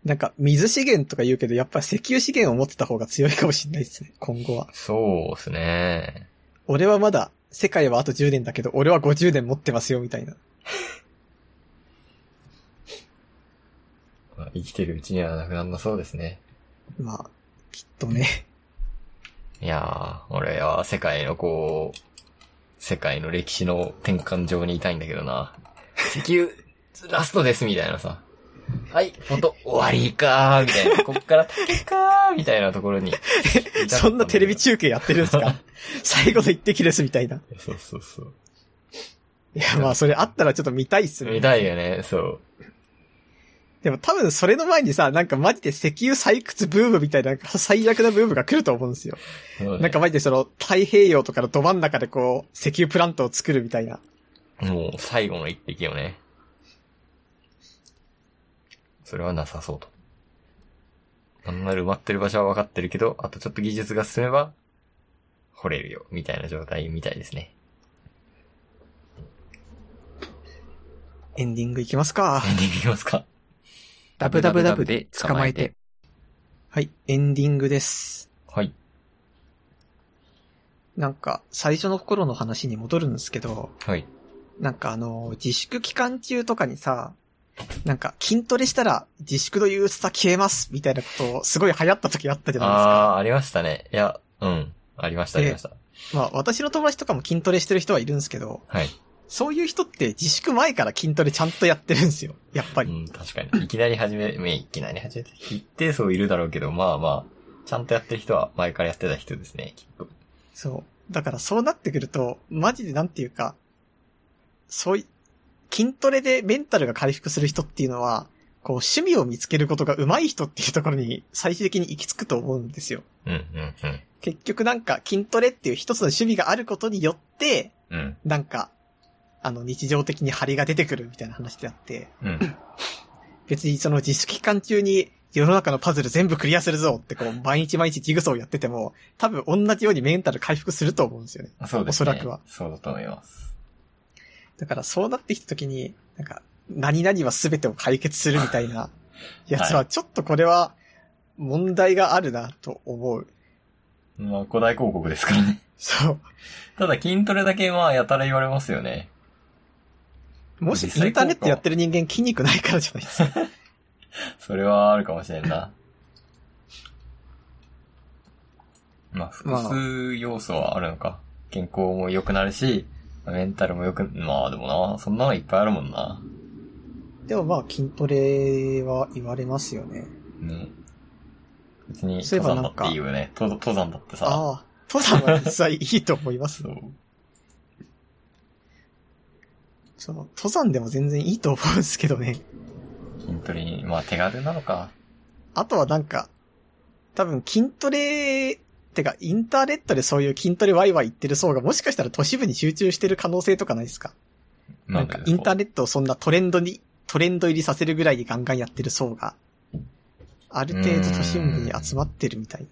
なんか、水資源とか言うけど、やっぱ石油資源を持ってた方が強いかもしれないですね、今後は。
そうですね。
俺はまだ、世界はあと10年だけど、俺は50年持ってますよ、みたいな。
まあ生きてるうちにはなくなんなそうですね。
まあ、きっとね。
いやー、俺は世界のこう、世界の歴史の転換上にいたいんだけどな。石油、ラストです、みたいなさ。はい、フォト、終わりかー、みたいな。こっから竹かー、みたいなところに。
そんなテレビ中継やってるんです か最後の一滴ですみたいな。
そうそうそう。
いや、まあそれあったらちょっと見たいっす
見
ね。
たいよね、そう。
でも多分それの前にさ、なんかマジで石油採掘ブームみたいな、なんか最悪なブームが来ると思うんですよ。
そうね
なんかマジでその太平洋とかのど真ん中でこう、石油プラントを作るみたいな。
もう最後の一滴よね。それはなさそうと。なんなら埋まってる場所は分かってるけど、あとちょっと技術が進めば、掘れるよ、みたいな状態みたいです ね。
エンディングいきますか。
エンディングいきますか
ダブダブダブで捕まえて。はい、エンディングです。
はい。
なんか、最初の頃の話に戻るんですけど、
はい。
なんかあの、自粛期間中とかにさ、なんか、筋トレしたら自粛の憂鬱さ消えます、みたいなことをすごい流行った時あったじゃないですか。
ああー、ありましたね。いや、うん。ありました、あ
で
りました。
まあ、私の友達とかも筋トレしてる人はいるんですけど、
はい。
そういう人って自粛前から筋トレちゃんとやってるんですよ。やっぱ
う
り。
ん、確かに。いきなり始め、めいきなり始めて、一定数いるだろうけど、まあまあ、ちゃんとやってる人は前からやってた人ですね、きっと。
そう。だからそうなってくると、マジでなんていうか、そうい、筋トレでメンタルが回復する人っていうのは、こう、趣味を見つけることが上手い人っていうところに最終的に行き着くと思うんですよ。
うん、うん、
結局なんか筋トレっていう一つの趣味があることによって、
うん。うん、
なんか、あの日常的に張りが出てくるみたいな話であって、
うん。
別にその自粛期間中に世の中のパズル全部クリアするぞってこう毎日毎日ジグソーやってても、多分同じようにメンタル回復すると思うんですよね。
そうです
おそ
ね。
らくは。
そうだと思います。
だからそうなってきた時に、なんか、何々は全てを解決するみたいなやつ
は
は、ちょっとこれは問題があるなと思う。
まあ、古代広告ですからね。
そう。
ただ筋トレだけはやたら言われますよね。
もし
実際
インターネットやってる人間筋肉ないからじゃないです か。
それはあるかもしれんな。まあ、複数要素はあるのか。健康も良くなるし、メンタルも良く、まあでもな、そんなのいっぱいあるもんな。
でもまあ筋トレは言われますよね。
ね。別に、
そういえ
登
ば
山
な
だ
んか
っていいよね。登登山だってさ。
ああ、登山は実際いいと思います
そ。う。
その、登山でも全然いいと思うんですけどね。
筋トレに、まあ手軽なのか。
あとはなんか、多分筋トレ、てかインターネットでそういう筋トレワイワイ言ってる層がもしかしたら都市部に集中してる可能性とかないですかなんかインター
ネ
ネットをそんなトレンドに、トレンド入りさせるぐらいにガンガンやってる層が、ある程度都市部に集まってるみたい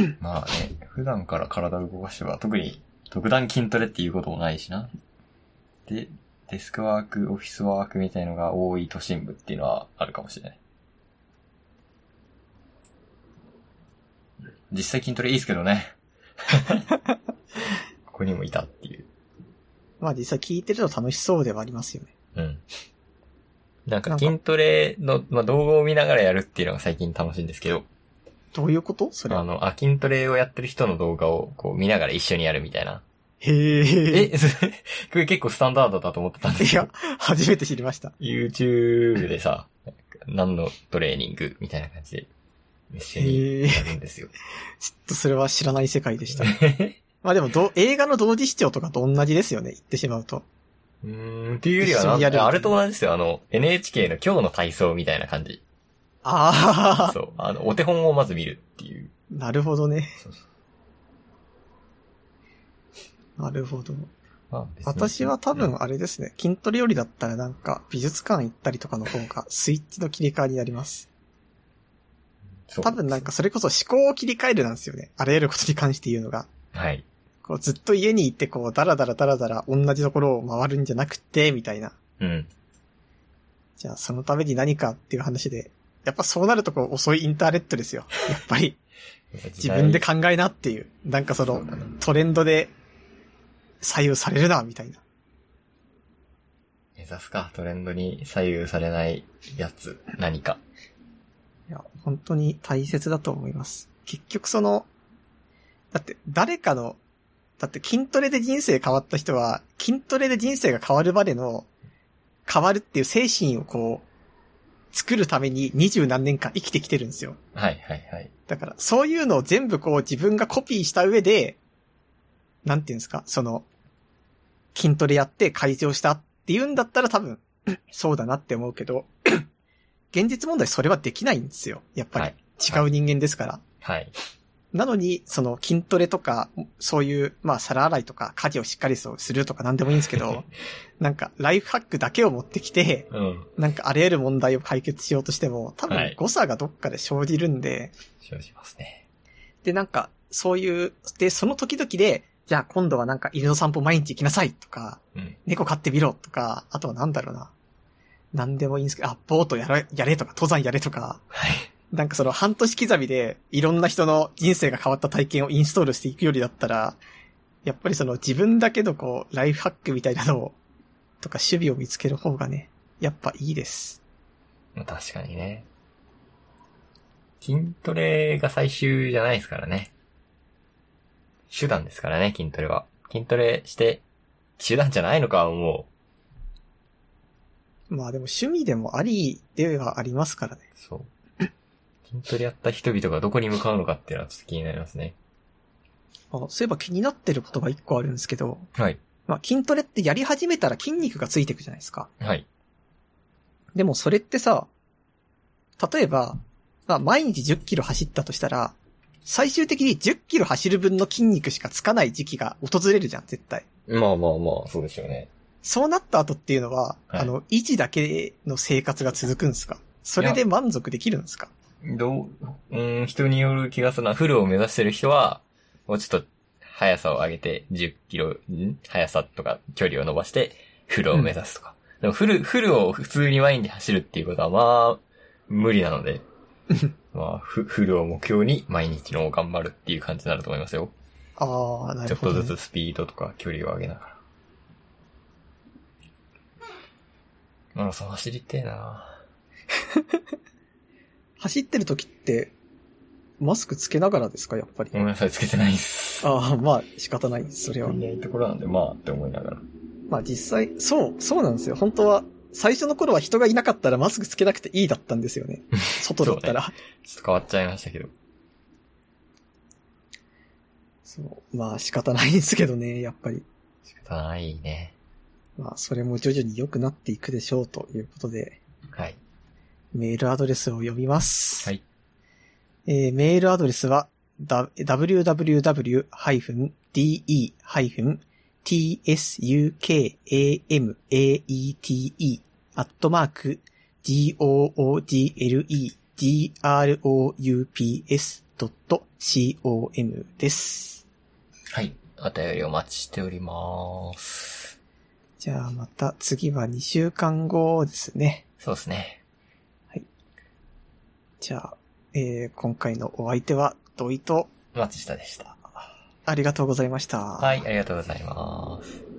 な。
ット。まあね、普段から体を動かしては、特に、特段筋トレっていうこともないしな。で、デスクワーク、オフィスワークみたいのが多い都心部っていうのはあるかもしれない。実際筋トレいいですけどね。 ここにもいたっていう。
まあ実際聞いてると楽しそうではありますよね。
うん。なん
な
か
んか
筋トレの、まあ、動画を見ながらやるっていうのが最近楽しいんですけど、
どういうことそれ
あ
は。
の、あ、筋トレをやってる人の動画をこう見ながら一緒にやるみたいな。
へえ。
え、それこれ結構スタンダードだと思ってたんです
い
け
や
ど、、
初めて知りました。
YouTube でさ、何のトレーニングみたいな感じで、一緒に
へえ。
やるんですよ。
ちょっとそれは知らない世界で した。まあでもどう、映画の同時視聴とかと同じですよね、言ってしまうと。
うーん、っていうよりは
一緒にや
なん
るみたい
か、
な
あれと同じですよ。あの、NHK の今日の体操みたいな感じ。
ああ、
そう。あの、お手本をまず見るっていう。
なるほどね。
そうそう
なるほど。
まあ別に
私は多分あれですね、筋トレよりだったらなんか美術館行ったりとかの方がスイッチの切り替えになります。
そう
多分なんかそれこそ思考を切り替えるなんですよね。あらゆることに関して言うのが。
はい。
こうずっと家に行ってこうダラダラダラダラ同じところを回るんじゃなくて、みたいな。
うん。
じゃあそのために何かっていう話で。やっぱそうなるとこう遅いインターネットですよ。やっぱり。自分で考えなっていう。なんかその、トレンドで左右されるな、みたいな。
目指すか、トレンドに左右されないやつ、何か。
いや、本当に大切だと思います。結局その、だって誰かの、だって筋トレで人生変わった人は、筋トレで人生が変わるまでの、変わるっていう精神をこう、作るために二十何年間生きてきてるんですよ。
はいはいはい。
だから、そういうのを全部こう自分がコピーした上で、なんていうんですか、その、筋トレやって改善をしたっていうんだったら多分、そうだなって思うけど、現実問題それはできないんですよ。やっぱり。
はい
違う人間ですから。
はい。
なのに、その筋トレとか、そういう、まあ皿洗いとか家事をしっかりそうするとか何でもいいんですけ ど、なんかライフハックだけを持ってきて、
うん。
なんかあらゆる問題を解決しようとしても、多
は
分
い
誤差がどっかで生じるんで、
生じますね。
で、なんか、そういう、で、その時々で、じゃあ今度はなんか犬の散歩毎日行きなさいとか、
うん。
猫飼ってみろとか、あとはなんだろうな。なんでもいいんですけど、あ、ボートやれ、やれとか、登山やれとか、
はい。
なんかその半年刻みでいろんな人の人生が変わった体験をインストールしていくよりだったら、やっぱりその自分だけのこう、ライフハックみたいなのを、とか趣味を見つける方がね、やっぱいいです。
まあ確かにね。筋トレが最終じゃないですからね。手段ですからね、筋トレは。筋トレして、手段じゃないのか、も
まあでも趣味でもありではありますからね
う。。そう。筋トレやった人々がどこに向かうのかっていうのはちょっと気になりますね。
あそういえば気になってることが一個あるんですけど、
はい。
まあ筋トレってやり始めたら筋肉がついていくじゃないですか。
はい。
でもそれってさ、例えば、まあ毎日10キロ走ったとしたら、最終的に10キロ走る分の筋肉しかつかない時期が訪れるじゃん、絶対。
まあまあまあ、そうでしょうね。
そうなった後っていうのは、
はい
あの、維持だけの生活が続くんですかそれで満足できるんですか
どう、うーん、人による気がするな。フルを目指してる人は、もうちょっと、速さを上げて、10キロ、ん速さとか距離を伸ばして、フルを目指すとか。でも、フル、フルを普通に毎日走るっていうことは、まあ、無理なの で、まあ、フフルを目標に毎日のを頑張るっていう感じになると思いますよ。
ああ、な
ち
る
ょっ
ほ
と
ど、
ず
ね。
つスピードとか距離を上げながら。マラソン走りてえな
走ってる時って、マスクつけながらですか、やっぱり。
ごめんなさい、つけてないです。
ああ、まあ仕方ないです、それは。
いないところなんで、まあ、って思いながら。
まあ実際、そう、そうなんですよ。本当は、最初の頃は人がいなかったらマスクつけなくていいだったんですよね。外だったら。
ちょっと変わっちゃいましたけど。
そう,、まあ仕方ないんですけどね、やっぱり。
仕方ないね。
まあそれも徐々に良くなっていくでしょうということで、
はい。
メールアドレスを読みます。
はい。
えーメールアドレスは、だ www-de-tsukamate アットマーク googlegroups.com です。
はい。お便りお待ちしております。
じゃあまた次は2週間後ですね。
そうですね。
じゃあ、えー今回のお相手は土井と
松下でした。
ありがとうございました。
はい、ありがとうございます。